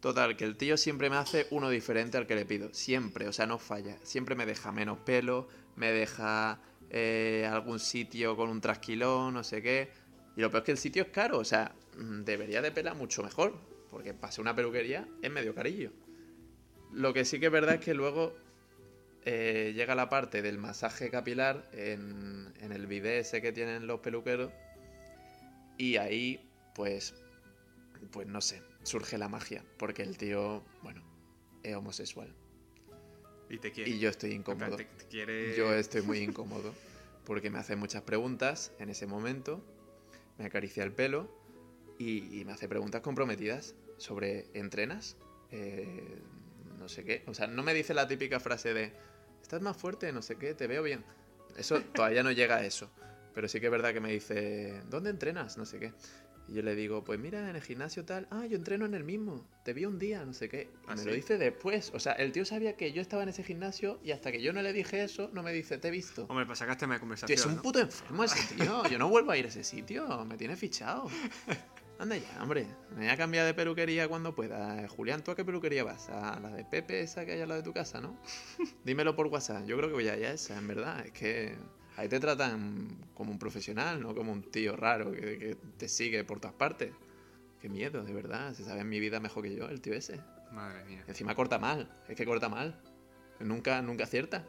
Speaker 2: Total, que el tío siempre me hace uno diferente al que le pido. Siempre, o sea, no falla. Siempre me deja menos pelo, me deja eh, algún sitio con un trasquilón, no sé qué. Y lo peor es que el sitio es caro, o sea, mm, debería de pelar mucho mejor, porque pase una peluquería es medio carillo. Lo que sí que es verdad es que luego eh, llega la parte del masaje capilar en, en el bidet ese que tienen los peluqueros. Y ahí, pues, pues no sé, surge la magia, porque el tío, bueno, es homosexual.
Speaker 3: Y te quiere.
Speaker 2: Y yo estoy
Speaker 3: En plan,
Speaker 2: incómodo.
Speaker 3: te- te quiere-
Speaker 2: Yo estoy muy incómodo porque me hace muchas preguntas en ese momento, me acaricia el pelo y, y me hace preguntas comprometidas. sobre entrenas, eh, no sé qué. O sea, no me dice la típica frase de estás más fuerte, no sé qué, te veo bien. Eso todavía no llega a eso. Pero sí que es verdad que me dice, ¿dónde entrenas? No sé qué. Y yo le digo, pues mira, en el gimnasio tal, ah, yo entreno en el mismo, te vi un día, no sé qué. Y
Speaker 3: ¿Ah,
Speaker 2: me
Speaker 3: sí?
Speaker 2: lo dice después. O sea, el tío sabía que yo estaba en ese gimnasio y hasta que yo no le dije eso, no me dice, te he visto.
Speaker 3: Hombre, para sacaste más
Speaker 2: Tío,
Speaker 3: conversación.
Speaker 2: es un
Speaker 3: ¿no?
Speaker 2: puto enfermo ese tío. Yo no vuelvo a ir a ese sitio. Me tiene fichado. Anda ya, hombre. Me voy a cambiar de peluquería cuando pueda. Eh, Julián, ¿tú a qué peluquería vas? A la de Pepe, esa que hay al lado de tu casa, ¿no? Dímelo por WhatsApp. Yo creo que voy allá a esa, en verdad. Es que ahí te tratan como un profesional, no como un tío raro que, que te sigue por todas partes. Qué miedo, de verdad. Se sabe en mi vida mejor que yo, el tío ese.
Speaker 3: Madre mía.
Speaker 2: Encima corta mal, es que corta mal. Nunca, nunca acierta.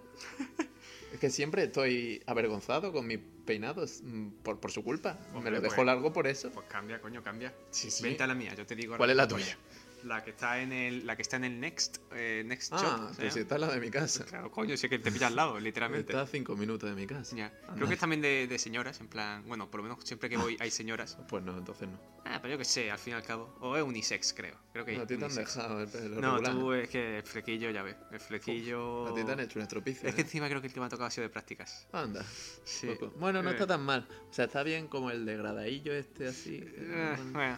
Speaker 2: es que siempre estoy avergonzado con mis peinados mm, por, por su culpa. Me
Speaker 3: Hombre,
Speaker 2: lo dejo
Speaker 3: pues.
Speaker 2: largo por eso.
Speaker 3: Pues cambia, coño, cambia.
Speaker 2: Sí, sí.
Speaker 3: Vente a la mía, yo te digo. ahora
Speaker 2: ¿Cuál es la
Speaker 3: mismo
Speaker 2: tuya?
Speaker 3: La que está en el, la que está en el Next, eh, Next
Speaker 2: Ah,
Speaker 3: Shop. ¿se
Speaker 2: pues
Speaker 3: llama?
Speaker 2: está en la de mi casa.
Speaker 3: Claro, coño, si es que te pilla al lado, literalmente.
Speaker 2: Está a cinco minutos de mi casa.
Speaker 3: Ya.
Speaker 2: Anda.
Speaker 3: Creo que es también de, de señoras, en plan, bueno, por lo menos siempre que voy hay señoras.
Speaker 2: Pues no, entonces no.
Speaker 3: Ah, pero yo que sé, al fin y al cabo. O es unisex, creo. Creo que
Speaker 2: No, a ti te han
Speaker 3: unisex.
Speaker 2: dejado el pelo
Speaker 3: No,
Speaker 2: regular.
Speaker 3: tú es que el flequillo, ya ves. El flequillo.
Speaker 2: A ti te han hecho un estropicio.
Speaker 3: Es que
Speaker 2: ¿eh?
Speaker 3: encima creo que el que me ha tocado ha sido de prácticas.
Speaker 2: Anda.
Speaker 3: Sí.
Speaker 2: poco. Bueno, no
Speaker 3: Eh,
Speaker 2: está tan mal. O sea, está bien como el degradadillo este así.
Speaker 3: eh, bueno,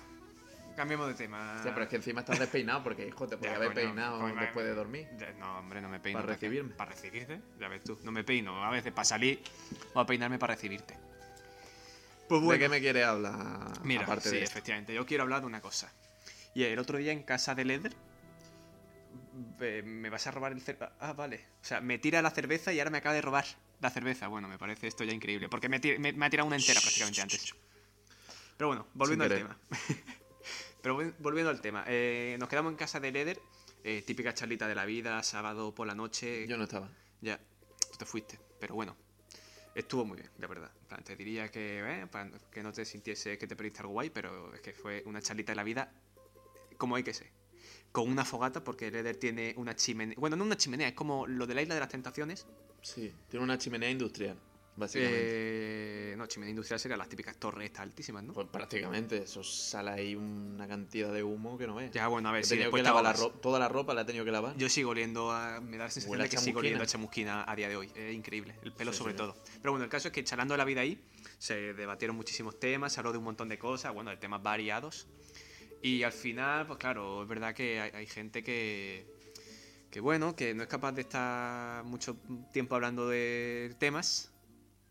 Speaker 3: cambiemos de tema. pues
Speaker 2: Hostia, pero es que encima estás despeinado porque, hijo, te podía
Speaker 3: Ya,
Speaker 2: haber
Speaker 3: coño,
Speaker 2: peinado
Speaker 3: coño,
Speaker 2: después de
Speaker 3: eh,
Speaker 2: dormir.
Speaker 3: ya- No, hombre, no me peino.
Speaker 2: Para
Speaker 3: qué?
Speaker 2: recibirme.
Speaker 3: Para recibirte, ya ves tú. No me peino a veces para salir o a peinarme para recibirte. Pues
Speaker 2: ¿De qué me quiere hablar?
Speaker 3: Mira,
Speaker 2: aparte
Speaker 3: sí,
Speaker 2: de este, esto?
Speaker 3: efectivamente. Yo quiero hablar de una cosa. Y el otro día en casa de Leder. eh, Me vas a robar el cerveza. Ah, vale. O sea, me tira la cerveza y ahora me acaba de robar la cerveza. Bueno, me parece esto ya increíble. Porque me, tir- me- me ha tirado una entera prácticamente antes. Pero bueno, volviendo al
Speaker 2: querer.
Speaker 3: tema. Pero vol- volviendo al tema. eh, nos quedamos en casa de Leder. eh, típica charlita de la vida, sábado por la noche.
Speaker 2: Yo no estaba.
Speaker 3: Ya, tú te fuiste, pero bueno, estuvo muy bien, de verdad. En plan, Te diría que, eh, para que no te sintiese que te perdiste algo guay, pero es que fue una charlita de la vida como hay que ser. Con una fogata, porque Leder tiene una chimenea. Bueno, no una chimenea, es como lo de la isla de las tentaciones.
Speaker 2: Sí, tiene una chimenea industrial, básicamente.
Speaker 3: Eh, no, chimenea industrial serían las típicas torres estas altísimas, ¿no?
Speaker 2: Pues prácticamente, eso sale ahí una cantidad de humo que no ves.
Speaker 3: ya, bueno, a ver,
Speaker 2: He
Speaker 3: si
Speaker 2: tenido
Speaker 3: después
Speaker 2: que
Speaker 3: te
Speaker 2: lavar la
Speaker 3: ahogas.
Speaker 2: ro- toda la ropa la he tenido que lavar.
Speaker 3: Yo sigo oliendo a... Me da la sensación
Speaker 2: Huele a
Speaker 3: de que sigo
Speaker 2: chamusquina.
Speaker 3: oliendo a chamusquina a día de hoy. Es increíble. El pelo
Speaker 2: Sí,
Speaker 3: sobre
Speaker 2: señor.
Speaker 3: todo. Pero bueno, el caso es que charlando la vida ahí, se debatieron muchísimos temas, se habló de un montón de cosas, bueno, de temas variados. Y al final, pues claro, es verdad que hay, hay gente que... Que bueno, que no es capaz de estar mucho tiempo hablando de temas,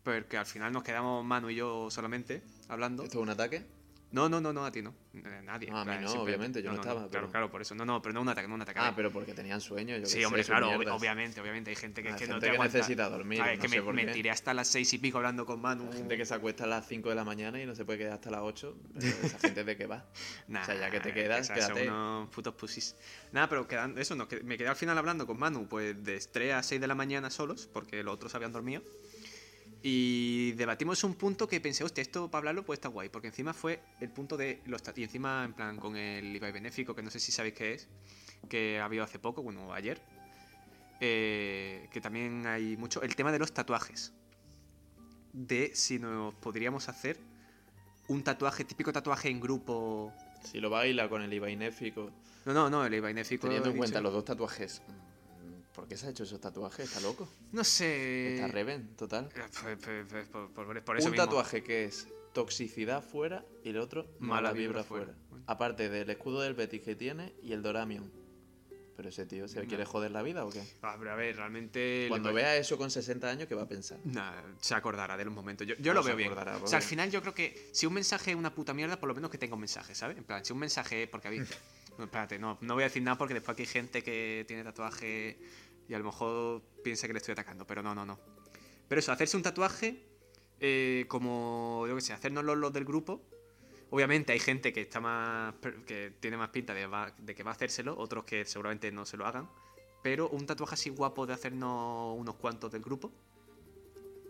Speaker 3: pero que al final nos quedamos Manu y yo solamente hablando.
Speaker 2: ¿Esto es un ataque?
Speaker 3: No, no, no, no, a ti no. Eh, Nadie.
Speaker 2: No, a mí
Speaker 3: claro,
Speaker 2: no,
Speaker 3: simplemente-
Speaker 2: obviamente, yo no estaba,
Speaker 3: Claro,
Speaker 2: pero-
Speaker 3: claro, por eso. No, no, pero no un ataque, no un ataque. a
Speaker 2: Ah,
Speaker 3: ver.
Speaker 2: pero porque tenían sueño. Yo
Speaker 3: Sí,
Speaker 2: qué
Speaker 3: hombre,
Speaker 2: sé, sus
Speaker 3: claro, ob-
Speaker 2: mierdas.
Speaker 3: obviamente, obviamente. Hay gente que,
Speaker 2: Hay
Speaker 3: es que no
Speaker 2: gente
Speaker 3: te
Speaker 2: que
Speaker 3: aguanta.
Speaker 2: necesita dormir,
Speaker 3: Claro,
Speaker 2: no
Speaker 3: es que
Speaker 2: sé
Speaker 3: me,
Speaker 2: por
Speaker 3: me
Speaker 2: qué.
Speaker 3: tiré hasta las seis y pico hablando con Manu.
Speaker 2: Hay gente que se acuesta a las 5 de la mañana y no se puede quedar hasta las 8. Pero esa gente de qué va.
Speaker 3: Nah,
Speaker 2: o sea, ya que te
Speaker 3: es
Speaker 2: quedas,
Speaker 3: esas
Speaker 2: quédate.
Speaker 3: Son unos putos pusis. Nada, pero quedan, eso, no, que- me quedé al final hablando con Manu, pues de 3 a 6 de la mañana solos, porque los otros habían dormido. Y debatimos un punto que pensé, hostia, esto para hablarlo pues está guay, porque encima fue el punto de los ta- y encima en plan con el IVA benéfico, que no sé si sabéis qué es, que ha habido hace poco, bueno, ayer, eh, que también hay mucho, el tema de los tatuajes, de si nos podríamos hacer un tatuaje, típico tatuaje en grupo,
Speaker 2: Si lo baila con el Ibai Néfico,
Speaker 3: no, no, no, el Ibai Néfico.
Speaker 2: teniendo
Speaker 3: he
Speaker 2: en cuenta
Speaker 3: dicho-
Speaker 2: los dos tatuajes. mm, ¿Por qué se ha hecho esos tatuajes? Está loco.
Speaker 3: No sé.
Speaker 2: Está Reven, total.
Speaker 3: Eh, pues, pues, pues, por, por- por eso
Speaker 2: un
Speaker 3: mismo.
Speaker 2: tatuaje que es toxicidad fuera y el otro mala, vibra, fuera.
Speaker 3: Bueno.
Speaker 2: Aparte del escudo del Betis que tiene y el Doramion. Pero ese tío, ¿se
Speaker 3: No.
Speaker 2: quiere joder la vida o qué?
Speaker 3: Ah, pero a ver, realmente. el
Speaker 2: Cuando
Speaker 3: Ibai-
Speaker 2: vea eso con 60 años, ¿qué va a pensar?
Speaker 3: Nah, se acordará de los momentos. Yo, yo
Speaker 2: No
Speaker 3: lo
Speaker 2: se
Speaker 3: veo bien.
Speaker 2: acordará,
Speaker 3: O sea, al
Speaker 2: porque-
Speaker 3: final yo creo que si un mensaje es una puta mierda, por lo menos que tenga un mensaje, ¿sabes? En plan, si un mensaje es porque habéis. No, espérate, no, no voy a decir nada porque después aquí hay gente que tiene tatuaje y a lo mejor piensa que le estoy atacando, pero no, no, no. Pero eso, hacerse un tatuaje, eh, como, yo qué sé, hacernoslo los del grupo. Obviamente hay gente que está más per- que tiene más pinta de, va- de que va a hacérselo, otros que seguramente no se lo hagan. Pero un tatuaje así guapo de hacernos unos cuantos del grupo.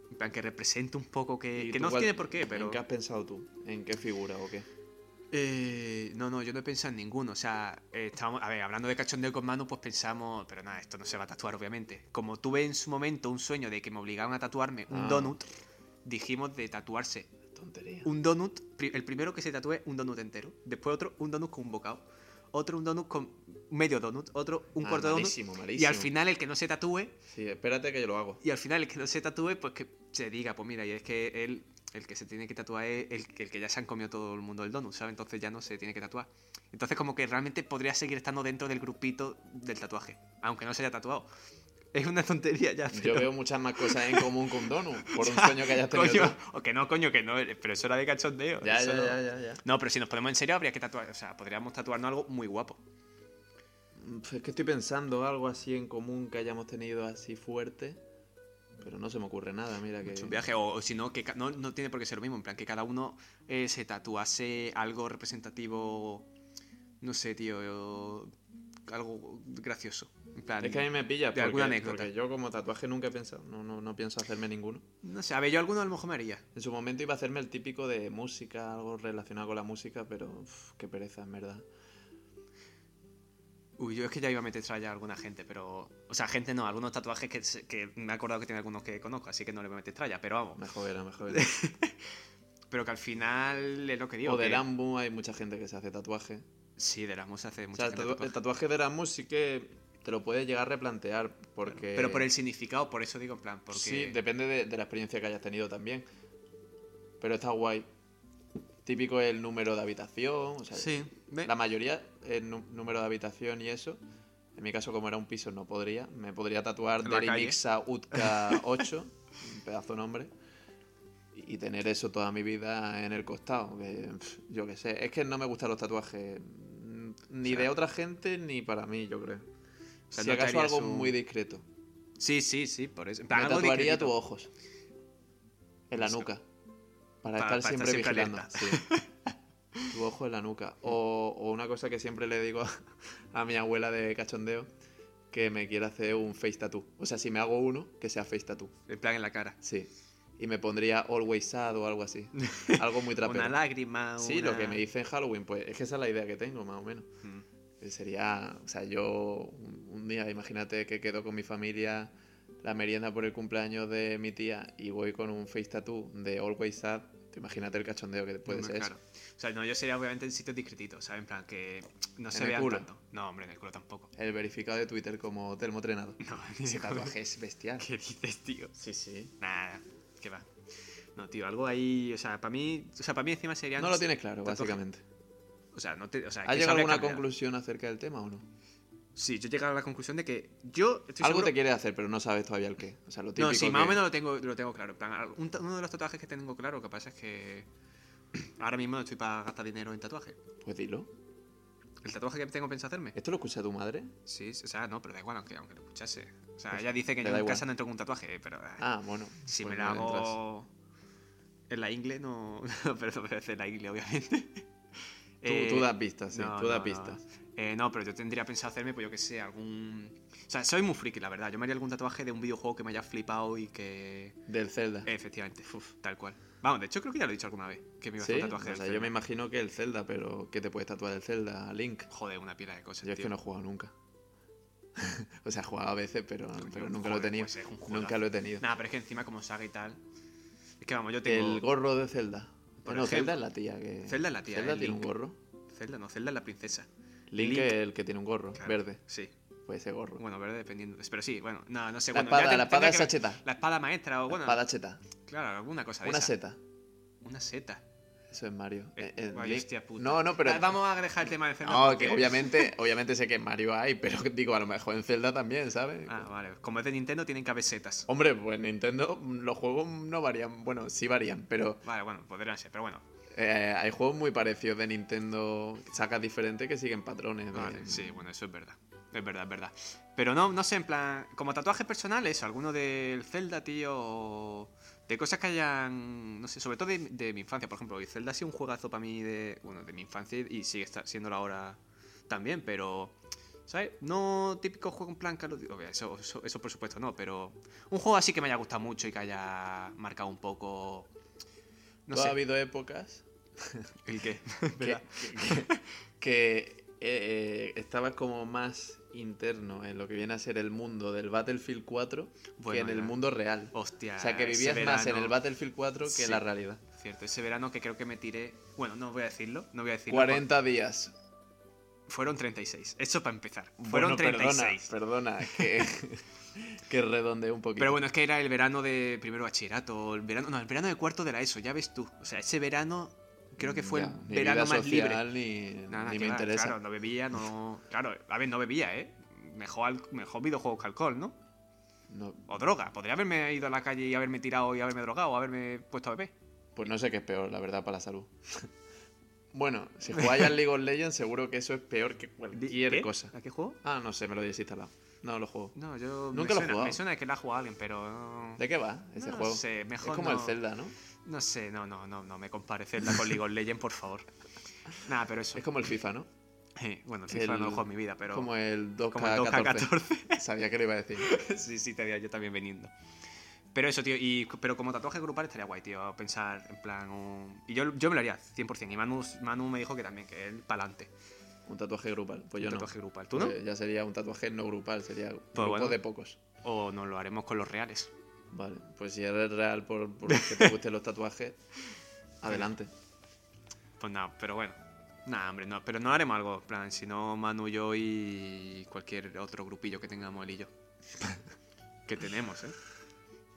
Speaker 3: En plan, que represente un poco que.
Speaker 2: ¿Y
Speaker 3: Eh, Que
Speaker 2: tú
Speaker 3: no
Speaker 2: cuál-
Speaker 3: tiene por qué, pero.
Speaker 2: ¿En qué has pensado tú? ¿En qué figura o qué?
Speaker 3: Eh, no, no, yo no he pensado en ninguno. O sea, eh, estábamos, a ver, hablando de cachondeo con Manu, pues pensamos, pero nada, esto no se va a tatuar, obviamente. Como tuve en su momento un sueño de que me obligaban a tatuarme un
Speaker 2: Ah.
Speaker 3: donut, dijimos de tatuarse
Speaker 2: Tontería.
Speaker 3: un donut, pri- el primero que se tatúe un donut entero, después otro un donut con un bocado, otro un donut con medio donut, otro un
Speaker 2: Ah,
Speaker 3: cuarto de donut.
Speaker 2: malísimo,
Speaker 3: Y al
Speaker 2: malísimo.
Speaker 3: final el que no se tatúe,
Speaker 2: Sí, espérate que yo lo hago.
Speaker 3: y al final el que no se tatúe, pues que se diga, pues mira, y es que él, el que se tiene que tatuar es el, el que ya se han comido todo el mundo el donut, ¿sabes? Entonces ya no se tiene que tatuar. Entonces como que realmente podría seguir estando dentro del grupito del tatuaje, aunque no se haya tatuado. Es una tontería ya,
Speaker 2: Yo
Speaker 3: pero...
Speaker 2: veo muchas más cosas en común con Donut, por un sueño que hayas tenido.
Speaker 3: Coño,
Speaker 2: tú.
Speaker 3: o que no, coño, que no, pero eso era de cachondeo.
Speaker 2: Ya,
Speaker 3: eso
Speaker 2: ya,
Speaker 3: no-
Speaker 2: ya, ya, ya.
Speaker 3: No, pero si nos ponemos en serio, habría que tatuar. O sea, podríamos tatuarnos algo muy guapo.
Speaker 2: Pf, Mm, Es que estoy pensando algo así en común que hayamos tenido así fuerte, pero no se me ocurre nada, mira que...
Speaker 3: Es Un viaje, o, o si no, que ca- no, no tiene por qué ser lo mismo. En plan, que cada uno eh, se tatuase algo representativo. No sé, tío. yo- algo gracioso. En plan,
Speaker 2: Es que a mí me pilla,
Speaker 3: De
Speaker 2: porque,
Speaker 3: alguna anécdota.
Speaker 2: porque yo como tatuaje nunca he pensado, no, no, no pienso hacerme ninguno.
Speaker 3: No sé, a ver, yo alguno a lo mejor me haría.
Speaker 2: En su momento iba a hacerme el típico de música, algo relacionado con la música, pero uf, qué pereza, en verdad.
Speaker 3: Uy, yo es que ya iba a meter tralla a alguna gente, pero. O sea, gente no, algunos tatuajes que, se- que me he acordado que tiene algunos que conozco, así que no le voy a meter tralla, pero vamos.
Speaker 2: Mejor era, mejor era.
Speaker 3: Pero que al final es lo que digo.
Speaker 2: O de
Speaker 3: que-
Speaker 2: Rambo hay mucha gente que se hace tatuaje.
Speaker 3: Sí, de Erasmus se hace
Speaker 2: O
Speaker 3: mucha
Speaker 2: sea, el,
Speaker 3: gente
Speaker 2: tatua- el
Speaker 3: tatuaje.
Speaker 2: tatuaje de Erasmus sí que te lo puedes llegar a replantear, porque...
Speaker 3: Pero por el significado, por eso digo en plan, porque...
Speaker 2: Sí, depende de, de la experiencia que hayas tenido también. Pero está guay. Típico el número de habitación, o sea,
Speaker 3: Sí, ve.
Speaker 2: la mayoría el nu- número de habitación y eso. En mi caso, como era un piso, no podría. Me podría tatuar
Speaker 3: En la calle.
Speaker 2: Derimixa Utka 8, un pedazo de nombre. Y y tener eso toda mi vida en el costado. que, pf, yo qué sé. Es que no me gustan los tatuajes. mm, Ni
Speaker 3: O sea,
Speaker 2: de otra gente, ni para mí, yo creo.
Speaker 3: O sea,
Speaker 2: si
Speaker 3: no te
Speaker 2: acaso
Speaker 3: harías
Speaker 2: algo
Speaker 3: un-
Speaker 2: muy discreto.
Speaker 3: Sí, sí, sí, por eso. En plan,
Speaker 2: Me
Speaker 3: algo
Speaker 2: tatuaría
Speaker 3: discretito.
Speaker 2: tus ojos. En la
Speaker 3: Eso.
Speaker 2: nuca.
Speaker 3: Para-
Speaker 2: Para, estar
Speaker 3: para estar
Speaker 2: siempre
Speaker 3: siempre Mm.
Speaker 2: vigilando.
Speaker 3: alerta.
Speaker 2: sí. tu ojo en la nuca. O, o una cosa que siempre le digo a, a mi abuela de cachondeo, que me quiere hacer un face tattoo. O sea, si me hago uno, que sea face tattoo.
Speaker 3: En plan, en la cara.
Speaker 2: Sí. Y me pondría always sad o algo así. Algo muy trapero.
Speaker 3: Una lágrima,
Speaker 2: Sí, lo que
Speaker 3: una-
Speaker 2: me hice en Halloween, pues es que esa es la idea que tengo, más o menos.
Speaker 3: Mm.
Speaker 2: eh, Sería, o sea, yo un un día, imagínate que quedo con mi familia la merienda por el cumpleaños de mi tía y voy con un face tattoo de Always Sad, tú imagínate el cachondeo que puede
Speaker 3: Hombre,
Speaker 2: ser
Speaker 3: claro. O sea, no, yo sería obviamente en sitios discretitos, ¿sabes? En plan, que no se
Speaker 2: el
Speaker 3: vean
Speaker 2: culo.
Speaker 3: tanto. No, hombre, en el culo tampoco.
Speaker 2: eso. El verificado de Twitter como Telmo Trenado.
Speaker 3: No, ni
Speaker 2: Ese
Speaker 3: de coña.
Speaker 2: tatuaje es bestial.
Speaker 3: ¿Qué dices, tío?
Speaker 2: Sí, sí.
Speaker 3: Nada, que va. No, tío, algo ahí... O sea, para mí... O sea, para mí encima serían...
Speaker 2: No lo tienes claro,
Speaker 3: tatuaje.
Speaker 2: básicamente.
Speaker 3: O sea, no te... O sea, que
Speaker 2: ¿Has
Speaker 3: eso
Speaker 2: llegado a
Speaker 3: habría que
Speaker 2: alguna
Speaker 3: hablar.
Speaker 2: conclusión acerca del tema o no?
Speaker 3: Sí, yo he llegado a la conclusión de que yo... Estoy
Speaker 2: Algo
Speaker 3: seguro-
Speaker 2: te quieres hacer, pero no sabes todavía el qué. O sea, lo típico
Speaker 3: No, sí, más o
Speaker 2: que-
Speaker 3: menos lo tengo, lo tengo claro. En plan, al- un ta- uno de los tatuajes que tengo claro, lo que pasa es que ahora mismo no estoy para gastar dinero en tatuaje.
Speaker 2: Pues dilo.
Speaker 3: ¿El tatuaje que tengo pensado hacerme?
Speaker 2: ¿Esto lo escucha tu madre?
Speaker 3: Sí, sí, o sea, no, pero da igual, aunque, aunque lo escuchase. O sea,
Speaker 2: Pues,
Speaker 3: ella dice que
Speaker 2: te
Speaker 3: yo
Speaker 2: da
Speaker 3: en
Speaker 2: igual.
Speaker 3: casa no entro con un tatuaje, eh, pero eh,
Speaker 2: Ah, bueno.
Speaker 3: si
Speaker 2: pues
Speaker 3: me lo
Speaker 2: no le entras.
Speaker 3: hago en la ingle, no... no, pero pero es en la ingle, obviamente. Eh,
Speaker 2: Tú, tú das pistas, sí, tú das
Speaker 3: no.
Speaker 2: pistas.
Speaker 3: Eh, no, pero yo tendría pensado hacerme, pues yo que sé, algún... O sea, soy muy friki, la verdad. Yo me haría algún tatuaje de un videojuego que me haya flipado y que...
Speaker 2: Del Zelda.
Speaker 3: Efectivamente, tal cual. Vamos, de hecho creo que ya lo he dicho alguna vez, que me iba a hacer
Speaker 2: Sí,
Speaker 3: un tatuaje.
Speaker 2: o
Speaker 3: del
Speaker 2: sea,
Speaker 3: Zelda.
Speaker 2: yo me imagino que el Zelda, pero ¿qué te puedes tatuar del Zelda? Link.
Speaker 3: Joder, una pila de cosas,
Speaker 2: Yo es
Speaker 3: tío.
Speaker 2: que no he jugado nunca. o sea, he jugado a veces, pero, pero
Speaker 3: un
Speaker 2: nunca lo he
Speaker 3: joder,
Speaker 2: tenido.
Speaker 3: pues es un juegazo.
Speaker 2: nunca lo he tenido.
Speaker 3: Nah, pero es que encima como saga y tal... Es que vamos, yo tengo...
Speaker 2: El gorro de Zelda.
Speaker 3: Por
Speaker 2: no,
Speaker 3: ejemplo-
Speaker 2: Zelda es la tía que.
Speaker 3: Zelda es la tía,
Speaker 2: Zelda
Speaker 3: el
Speaker 2: tiene un
Speaker 3: Link.
Speaker 2: gorro.
Speaker 3: Zelda, no, Zelda es la princesa.
Speaker 2: Link,
Speaker 3: Link.
Speaker 2: es el que tiene un gorro,
Speaker 3: Claro,
Speaker 2: verde.
Speaker 3: Sí.
Speaker 2: Pues ese gorro.
Speaker 3: Bueno, verde dependiendo... Pero sí, bueno, no, no sé.
Speaker 2: la
Speaker 3: bueno, ya
Speaker 2: espada,
Speaker 3: te-
Speaker 2: la espada
Speaker 3: tendría
Speaker 2: es
Speaker 3: que-
Speaker 2: seta.
Speaker 3: La espada maestra o bueno...
Speaker 2: Espada cheta.
Speaker 3: Claro, alguna cosa de
Speaker 2: Una
Speaker 3: esa.
Speaker 2: seta.
Speaker 3: Una seta.
Speaker 2: Eso es Mario.
Speaker 3: Eh,
Speaker 2: Eh, eh,
Speaker 3: guay,
Speaker 2: Link-
Speaker 3: hostia puta.
Speaker 2: No, no, pero.
Speaker 3: Ah, Vamos a dejar el tema de Zelda.
Speaker 2: No,
Speaker 3: porque-
Speaker 2: que obviamente, obviamente sé que en Mario hay, pero digo, a lo mejor en Zelda también, ¿sabes?
Speaker 3: Ah, vale. Como es de Nintendo, tienen que haber setas.
Speaker 2: Hombre, pues Nintendo, los juegos no varían. Bueno, sí varían, pero
Speaker 3: Vale, bueno, podrían ser, pero bueno.
Speaker 2: eh, hay juegos muy parecidos de Nintendo, sacas diferentes que siguen patrones. de-
Speaker 3: Vale, sí, bueno, eso es verdad. Es verdad, es verdad. Pero no, no sé, en plan, como tatuajes personales, alguno del Zelda, tío, o de cosas que hayan, no sé, sobre todo de, de mi infancia, por ejemplo, y Zelda ha sido un juegazo para mí de, bueno, de mi infancia y sigue esta- siéndolo ahora también, pero, ¿sabes? No típico juego en plan Call of Duty, obvio, eso, eso, eso por supuesto no, pero un juego así que me haya gustado mucho y que haya marcado un poco, no
Speaker 2: Todo ha
Speaker 3: sé,
Speaker 2: habido épocas
Speaker 3: el qué,
Speaker 2: que,
Speaker 3: ¿verdad?
Speaker 2: que- que, eh, eh, estabas como más interno en lo que viene a ser el mundo del Battlefield 4
Speaker 3: Bueno,
Speaker 2: que en el
Speaker 3: ya.
Speaker 2: mundo real.
Speaker 3: Hostia.
Speaker 2: o sea, que
Speaker 3: ese
Speaker 2: vivías más en
Speaker 3: verano.
Speaker 2: el Battlefield 4 que en
Speaker 3: Sí.
Speaker 2: la realidad.
Speaker 3: Cierto, ese verano que creo que me tiré. Bueno, no voy a decirlo, no voy a decirlo.
Speaker 2: 40 días.
Speaker 3: por- Fueron 36. Eso para empezar.
Speaker 2: Bueno,
Speaker 3: Fueron 36.
Speaker 2: Perdona, perdona, que, que redondeé un poquito.
Speaker 3: Pero bueno, es que era el verano de primero bachillerato, o el verano, no, el verano de cuarto de la ESO, ya ves tú. O sea, ese verano creo que fue
Speaker 2: Ya,
Speaker 3: el
Speaker 2: ni
Speaker 3: verano
Speaker 2: vida
Speaker 3: más libre.
Speaker 2: social, Ni,
Speaker 3: Nada,
Speaker 2: ni
Speaker 3: que
Speaker 2: me
Speaker 3: va,
Speaker 2: interesa.
Speaker 3: Claro, no bebía, no. Claro, a ver, no bebía, ¿eh? Mejor, al- mejor videojuegos que alcohol, ¿no?
Speaker 2: No,
Speaker 3: O droga. Podría haberme ido a la calle y haberme tirado y haberme drogado, o haberme puesto a beber.
Speaker 2: pues no sé qué es peor, la verdad, para la salud. bueno, si jugáis al League of Legends, seguro que eso es peor que cualquier
Speaker 3: ¿Qué?
Speaker 2: cosa.
Speaker 3: ¿A qué juego?
Speaker 2: Ah, no sé, me lo he desinstalado. No lo juego.
Speaker 3: No, yo.
Speaker 2: Nunca
Speaker 3: me
Speaker 2: lo he
Speaker 3: suena,
Speaker 2: jugado.
Speaker 3: Me suena que la ha jugado alguien, pero. no-
Speaker 2: ¿De qué va ese
Speaker 3: No
Speaker 2: juego?
Speaker 3: sé, mejor
Speaker 2: es como el
Speaker 3: no.
Speaker 2: Zelda, ¿no?
Speaker 3: No sé, no, no, no, no me compare Zelda con League of Legends, por favor. Nada, pero eso.
Speaker 2: Es como el FIFA, ¿no?
Speaker 3: Eh, bueno, el FIFA no lo juego en mi vida, pero.
Speaker 2: Como el 2K14.
Speaker 3: como el 2K14.
Speaker 2: Sabía que lo iba a decir.
Speaker 3: sí, sí, te veía yo también viniendo. Pero eso, tío, y, pero como tatuaje grupal estaría guay, tío, pensar en plan un... Y yo, yo me lo haría, 100%, y Manu, Manu me dijo que también, que él pa'lante,
Speaker 2: Un tatuaje grupal. Pues
Speaker 3: un
Speaker 2: yo
Speaker 3: tatuaje
Speaker 2: no.
Speaker 3: grupal. ¿Tú no? Pues
Speaker 2: Pues ya sería un tatuaje no grupal, sería grupo
Speaker 3: bueno.
Speaker 2: de pocos.
Speaker 3: O nos lo haremos con los reales.
Speaker 2: Vale, pues si eres real por, por que te gusten los tatuajes, adelante.
Speaker 3: Pues nada, pero bueno. Nada, hombre, no, pero no haremos algo, en plan, sino Manu, yo y cualquier otro grupillo que tengamos él y yo. que tenemos, ¿eh?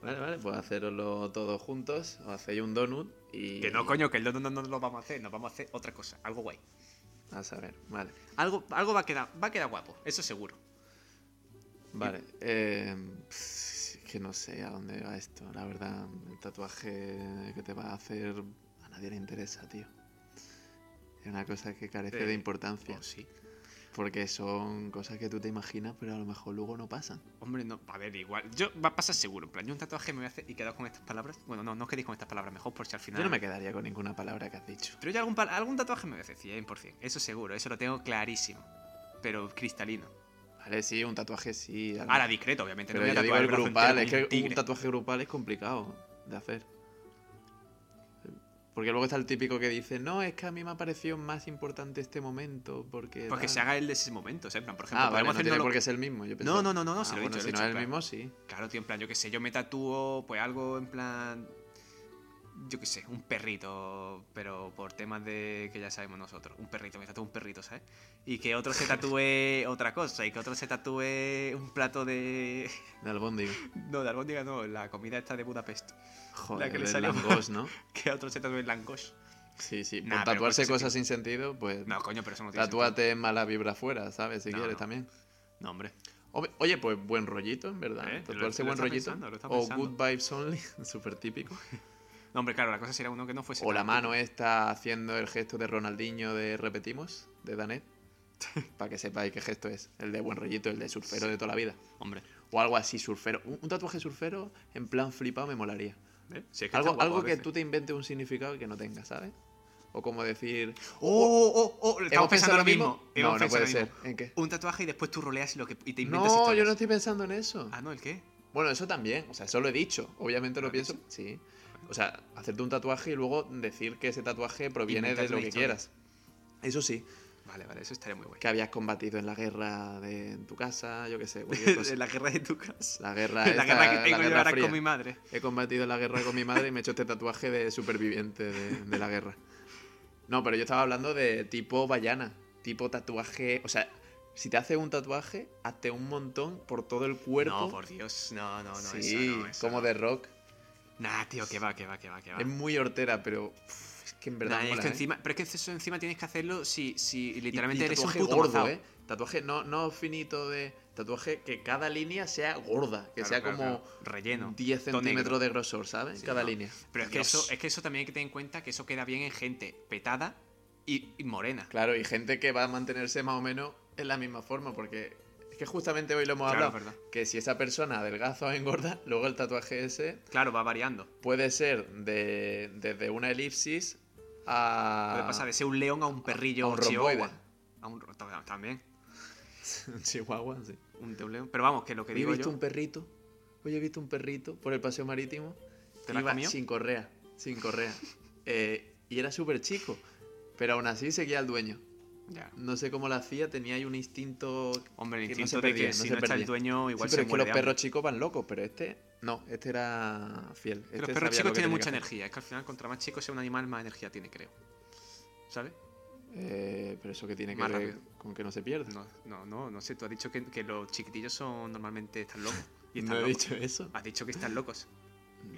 Speaker 2: Vale, vale, pues haceroslo todos juntos, o hacéis un donut y...
Speaker 3: Que no, coño, que el no, no, no lo vamos a hacer, nos vamos a hacer otra cosa, algo guay.
Speaker 2: A saber, vale.
Speaker 3: Algo, algo va, a quedar, va a quedar guapo, eso seguro.
Speaker 2: Vale, eh, pff, es que no sé a dónde va esto, la verdad. El tatuaje que te va a hacer a nadie le interesa, tío. Es una cosa que carece
Speaker 3: Eh,
Speaker 2: de importancia,
Speaker 3: Oh, sí.
Speaker 2: porque son cosas que tú te imaginas, pero a lo mejor luego no pasan.
Speaker 3: Hombre, no, a ver, igual. Yo va a pasar seguro. En plan, yo un tatuaje me voy a hacer y quedaos con estas palabras. Bueno, no, no os quedéis con estas palabras mejor, por si al final.
Speaker 2: Yo no me quedaría con ninguna palabra que has dicho.
Speaker 3: Pero yo algún, pa- algún tatuaje me voy a hacer, 100%. Eso seguro, eso lo tengo clarísimo. Pero cristalino.
Speaker 2: Vale, sí, un tatuaje sí. algo-
Speaker 3: Ahora discreto, obviamente.
Speaker 2: pero
Speaker 3: no voy a
Speaker 2: yo digo
Speaker 3: tatuar
Speaker 2: el
Speaker 3: el brazo
Speaker 2: grupal, es
Speaker 3: entero
Speaker 2: que
Speaker 3: como un
Speaker 2: un
Speaker 3: tigre.
Speaker 2: tatuaje grupal es complicado de hacer. Porque luego está el típico que dice, no, es que a mí me ha parecido más importante este momento, porque...
Speaker 3: Pues que
Speaker 2: tal".
Speaker 3: se haga el de ese momento, o sea, en plan, por ejemplo,
Speaker 2: Ah, vale,
Speaker 3: podemos
Speaker 2: no tiene
Speaker 3: hacerlo-
Speaker 2: por qué ser el mismo. Yo
Speaker 3: No, no, no, no, no,
Speaker 2: Ah,
Speaker 3: se lo he
Speaker 2: bueno,
Speaker 3: dicho, lo he
Speaker 2: Si no
Speaker 3: dicho,
Speaker 2: es el
Speaker 3: claro.
Speaker 2: mismo, sí.
Speaker 3: Claro, tío, en plan, yo qué sé, yo me tatúo, pues algo en plan. Yo qué sé, un perrito, pero por temas de que ya sabemos nosotros. Un perrito, me tatúo un perrito, ¿sabes? Y que otro se tatúe otra cosa, y que otro se tatúe un plato de.
Speaker 2: De albóndiga.
Speaker 3: No, de albóndiga no, la comida esta de Budapest.
Speaker 2: Joder,
Speaker 3: que le
Speaker 2: de
Speaker 3: sale-
Speaker 2: langos, ¿no?
Speaker 3: Que otro se tatúe langosh.
Speaker 2: Sí, sí.
Speaker 3: Nah,
Speaker 2: por
Speaker 3: pero
Speaker 2: tatuarse
Speaker 3: porque se
Speaker 2: cosas sin sentido, pues
Speaker 3: No, coño, pero eso no tiene sentido.
Speaker 2: tatúate mala vibra fuera, ¿sabes? Si
Speaker 3: No,
Speaker 2: quieres
Speaker 3: no.
Speaker 2: también.
Speaker 3: No, hombre.
Speaker 2: Ob- Oye, pues buen rollito, en verdad.
Speaker 3: Eh, lo-
Speaker 2: Tatuarse
Speaker 3: lo
Speaker 2: buen
Speaker 3: está
Speaker 2: rollito.
Speaker 3: pensando, lo está
Speaker 2: o
Speaker 3: pensando.
Speaker 2: good vibes only, súper típico.
Speaker 3: No, hombre, claro, la cosa sería uno que no fuese.
Speaker 2: O la
Speaker 3: tan-
Speaker 2: mano está haciendo el gesto de Ronaldinho de repetimos, de Danet. Para que sepáis qué gesto es. El de buen rollito, el de surfero de toda la vida.
Speaker 3: Hombre.
Speaker 2: O algo así, surfero. Un, un tatuaje surfero en plan flipado me molaría.
Speaker 3: ¿eh? Si es que
Speaker 2: Algo,
Speaker 3: está guapo
Speaker 2: algo
Speaker 3: a
Speaker 2: que
Speaker 3: veces.
Speaker 2: tú te inventes un significado que no tengas, ¿sabes? O como decir.
Speaker 3: ¡Oh, oh, oh! oh estamos pensando lo mismo. Hemos
Speaker 2: No, no
Speaker 3: pensado
Speaker 2: puede
Speaker 3: lo mismo.
Speaker 2: ser. ¿En qué?
Speaker 3: Un tatuaje y después tú roleas y, lo que, y te inventas
Speaker 2: No, yo
Speaker 3: historias.
Speaker 2: no estoy pensando en eso.
Speaker 3: Ah, ¿no? ¿El qué?
Speaker 2: Bueno, eso también. O sea, eso lo he dicho. Obviamente
Speaker 3: ¿Lo
Speaker 2: lo
Speaker 3: has
Speaker 2: pienso. Sí. O sea, hacerte un tatuaje y luego decir que ese tatuaje proviene de
Speaker 3: Inventarte
Speaker 2: lo
Speaker 3: una
Speaker 2: que
Speaker 3: historia.
Speaker 2: quieras. Eso sí,
Speaker 3: Vale, vale, eso estaría muy bueno.
Speaker 2: que habías combatido en la guerra de en tu casa, yo qué sé, cualquier cosa.
Speaker 3: En la guerra de tu casa.
Speaker 2: La guerra,
Speaker 3: La
Speaker 2: esta,
Speaker 3: guerra que tengo
Speaker 2: Ah, la
Speaker 3: yo
Speaker 2: guerra
Speaker 3: ahora
Speaker 2: fría.
Speaker 3: con mi madre.
Speaker 2: He combatido la guerra con mi madre y me he hecho este tatuaje de superviviente de, de la guerra. No, pero yo estaba hablando de tipo bayana, tipo tatuaje. O sea, si te haces un tatuaje, hazte un montón por todo el cuerpo.
Speaker 3: No, por Dios. No, no, no.
Speaker 2: sí,
Speaker 3: eso no, eso
Speaker 2: como
Speaker 3: no.
Speaker 2: de rock.
Speaker 3: Nah, tío, que va, que va, que va, que va.
Speaker 2: Es muy hortera, pero uf, es que en verdad.
Speaker 3: Nah,
Speaker 2: mola,
Speaker 3: esto
Speaker 2: ¿eh?
Speaker 3: encima, pero es que eso encima tienes que hacerlo si, si
Speaker 2: Y- y
Speaker 3: literalmente eres un
Speaker 2: tatuaje
Speaker 3: puto
Speaker 2: gordo,
Speaker 3: mazao.
Speaker 2: ¿eh? Tatuaje no, no finito de. Tatuaje que cada línea sea gorda, que
Speaker 3: Claro,
Speaker 2: sea
Speaker 3: claro,
Speaker 2: como
Speaker 3: claro. relleno.
Speaker 2: 10
Speaker 3: todo negro.
Speaker 2: centímetros de grosor, ¿sabes?
Speaker 3: Sí,
Speaker 2: cada
Speaker 3: ¿no?
Speaker 2: línea.
Speaker 3: Pero es que,
Speaker 2: Dios.
Speaker 3: eso, es que eso también hay que tener en cuenta que eso queda bien en gente petada y, y morena.
Speaker 2: Claro, y gente que va a mantenerse más o menos en la misma forma, porque es que justamente hoy lo hemos
Speaker 3: Claro,
Speaker 2: hablado,
Speaker 3: verdad.
Speaker 2: que si esa persona adelgaza o engorda, luego el tatuaje ese
Speaker 3: Claro, va variando.
Speaker 2: puede ser de, desde una elipsis a...
Speaker 3: Puede pasar de ser un león a un perrillo
Speaker 2: Ah. a un
Speaker 3: chihuahua.
Speaker 2: romboide.
Speaker 3: A un ro- también.
Speaker 2: Chihuahua, sí.
Speaker 3: Un de un león. Pero vamos, que lo que
Speaker 2: Hoy he
Speaker 3: digo
Speaker 2: visto
Speaker 3: yo.
Speaker 2: un perrito, hoy he visto un perrito por el paseo marítimo,
Speaker 3: ¿Te la
Speaker 2: iba
Speaker 3: comió?
Speaker 2: sin correa, sin correa, Eh, y era súper chico, pero aún así seguía al dueño.
Speaker 3: Ya.
Speaker 2: No sé cómo lo hacía, tenía ahí un instinto
Speaker 3: Hombre, el
Speaker 2: que no
Speaker 3: instinto
Speaker 2: se
Speaker 3: de
Speaker 2: perdía,
Speaker 3: que si
Speaker 2: se
Speaker 3: no está el
Speaker 2: perdía.
Speaker 3: dueño, igual se
Speaker 2: sí, pero es que los
Speaker 3: muere de hambre.
Speaker 2: perros chicos van locos, pero este no, este era fiel.
Speaker 3: Que
Speaker 2: Este
Speaker 3: los
Speaker 2: sabía
Speaker 3: perros
Speaker 2: lo
Speaker 3: chicos tienen
Speaker 2: que tenía
Speaker 3: mucha
Speaker 2: que hacer.
Speaker 3: energía. Es que al final, contra más chico sea un animal, más energía tiene, creo. ¿Sabes?
Speaker 2: Eh, pero eso que tiene que
Speaker 3: Más
Speaker 2: ver
Speaker 3: rápido.
Speaker 2: con que no se pierda.
Speaker 3: No, no, no, no sé, tú has dicho que, que los chiquitillos son normalmente están locos. Y
Speaker 2: no
Speaker 3: están
Speaker 2: he
Speaker 3: locos.
Speaker 2: dicho eso.
Speaker 3: Has dicho que están locos.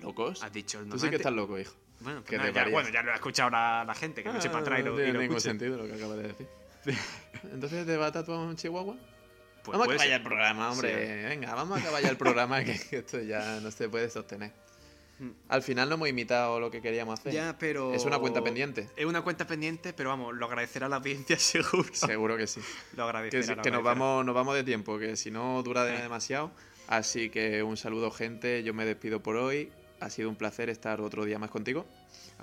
Speaker 2: ¿Locos?
Speaker 3: Has dicho
Speaker 2: Tú sí que
Speaker 3: normalmente-
Speaker 2: estás loco, hijo.
Speaker 3: Bueno, pues
Speaker 2: que
Speaker 3: nada,
Speaker 2: te
Speaker 3: ya-
Speaker 2: varías.
Speaker 3: bueno, ya lo ha escuchado ahora la gente, que lo eche para atrás y
Speaker 2: no
Speaker 3: lo, y
Speaker 2: tiene
Speaker 3: lo
Speaker 2: ningún
Speaker 3: escuche.
Speaker 2: sentido lo que acabas de decir. Entonces, ¿te va a tatuar un chihuahua?
Speaker 3: Pues puede
Speaker 2: vamos a acabar ya
Speaker 3: ser.
Speaker 2: el programa, hombre.
Speaker 3: Sí, eh.
Speaker 2: Venga, vamos a acabar ya el programa, que, que esto ya no se puede sostener.
Speaker 3: Mm.
Speaker 2: Al final no hemos imitado lo que queríamos hacer.
Speaker 3: Ya, pero...
Speaker 2: Es una cuenta pendiente.
Speaker 3: Es una cuenta pendiente, pero vamos, lo agradecerá la audiencia seguro.
Speaker 2: Seguro que sí.
Speaker 3: Lo agradecerá.
Speaker 2: Que, sí,
Speaker 3: lo
Speaker 2: que nos,
Speaker 3: agradecerá.
Speaker 2: vamos, nos vamos de tiempo, que si no dura de-
Speaker 3: Eh.
Speaker 2: demasiado. Así que un saludo, gente. Yo me despido por hoy. Ha sido un placer estar otro día más contigo.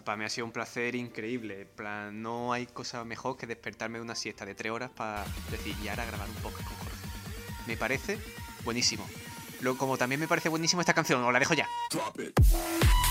Speaker 3: Para mí ha sido un placer increíble. En plan, no hay cosa mejor que despertarme de una siesta de tres horas para decir, y ahora grabar un podcast con Jorge. Me parece buenísimo. Lo, como también me parece buenísimo esta canción, os la dejo ya.
Speaker 4: Drop it.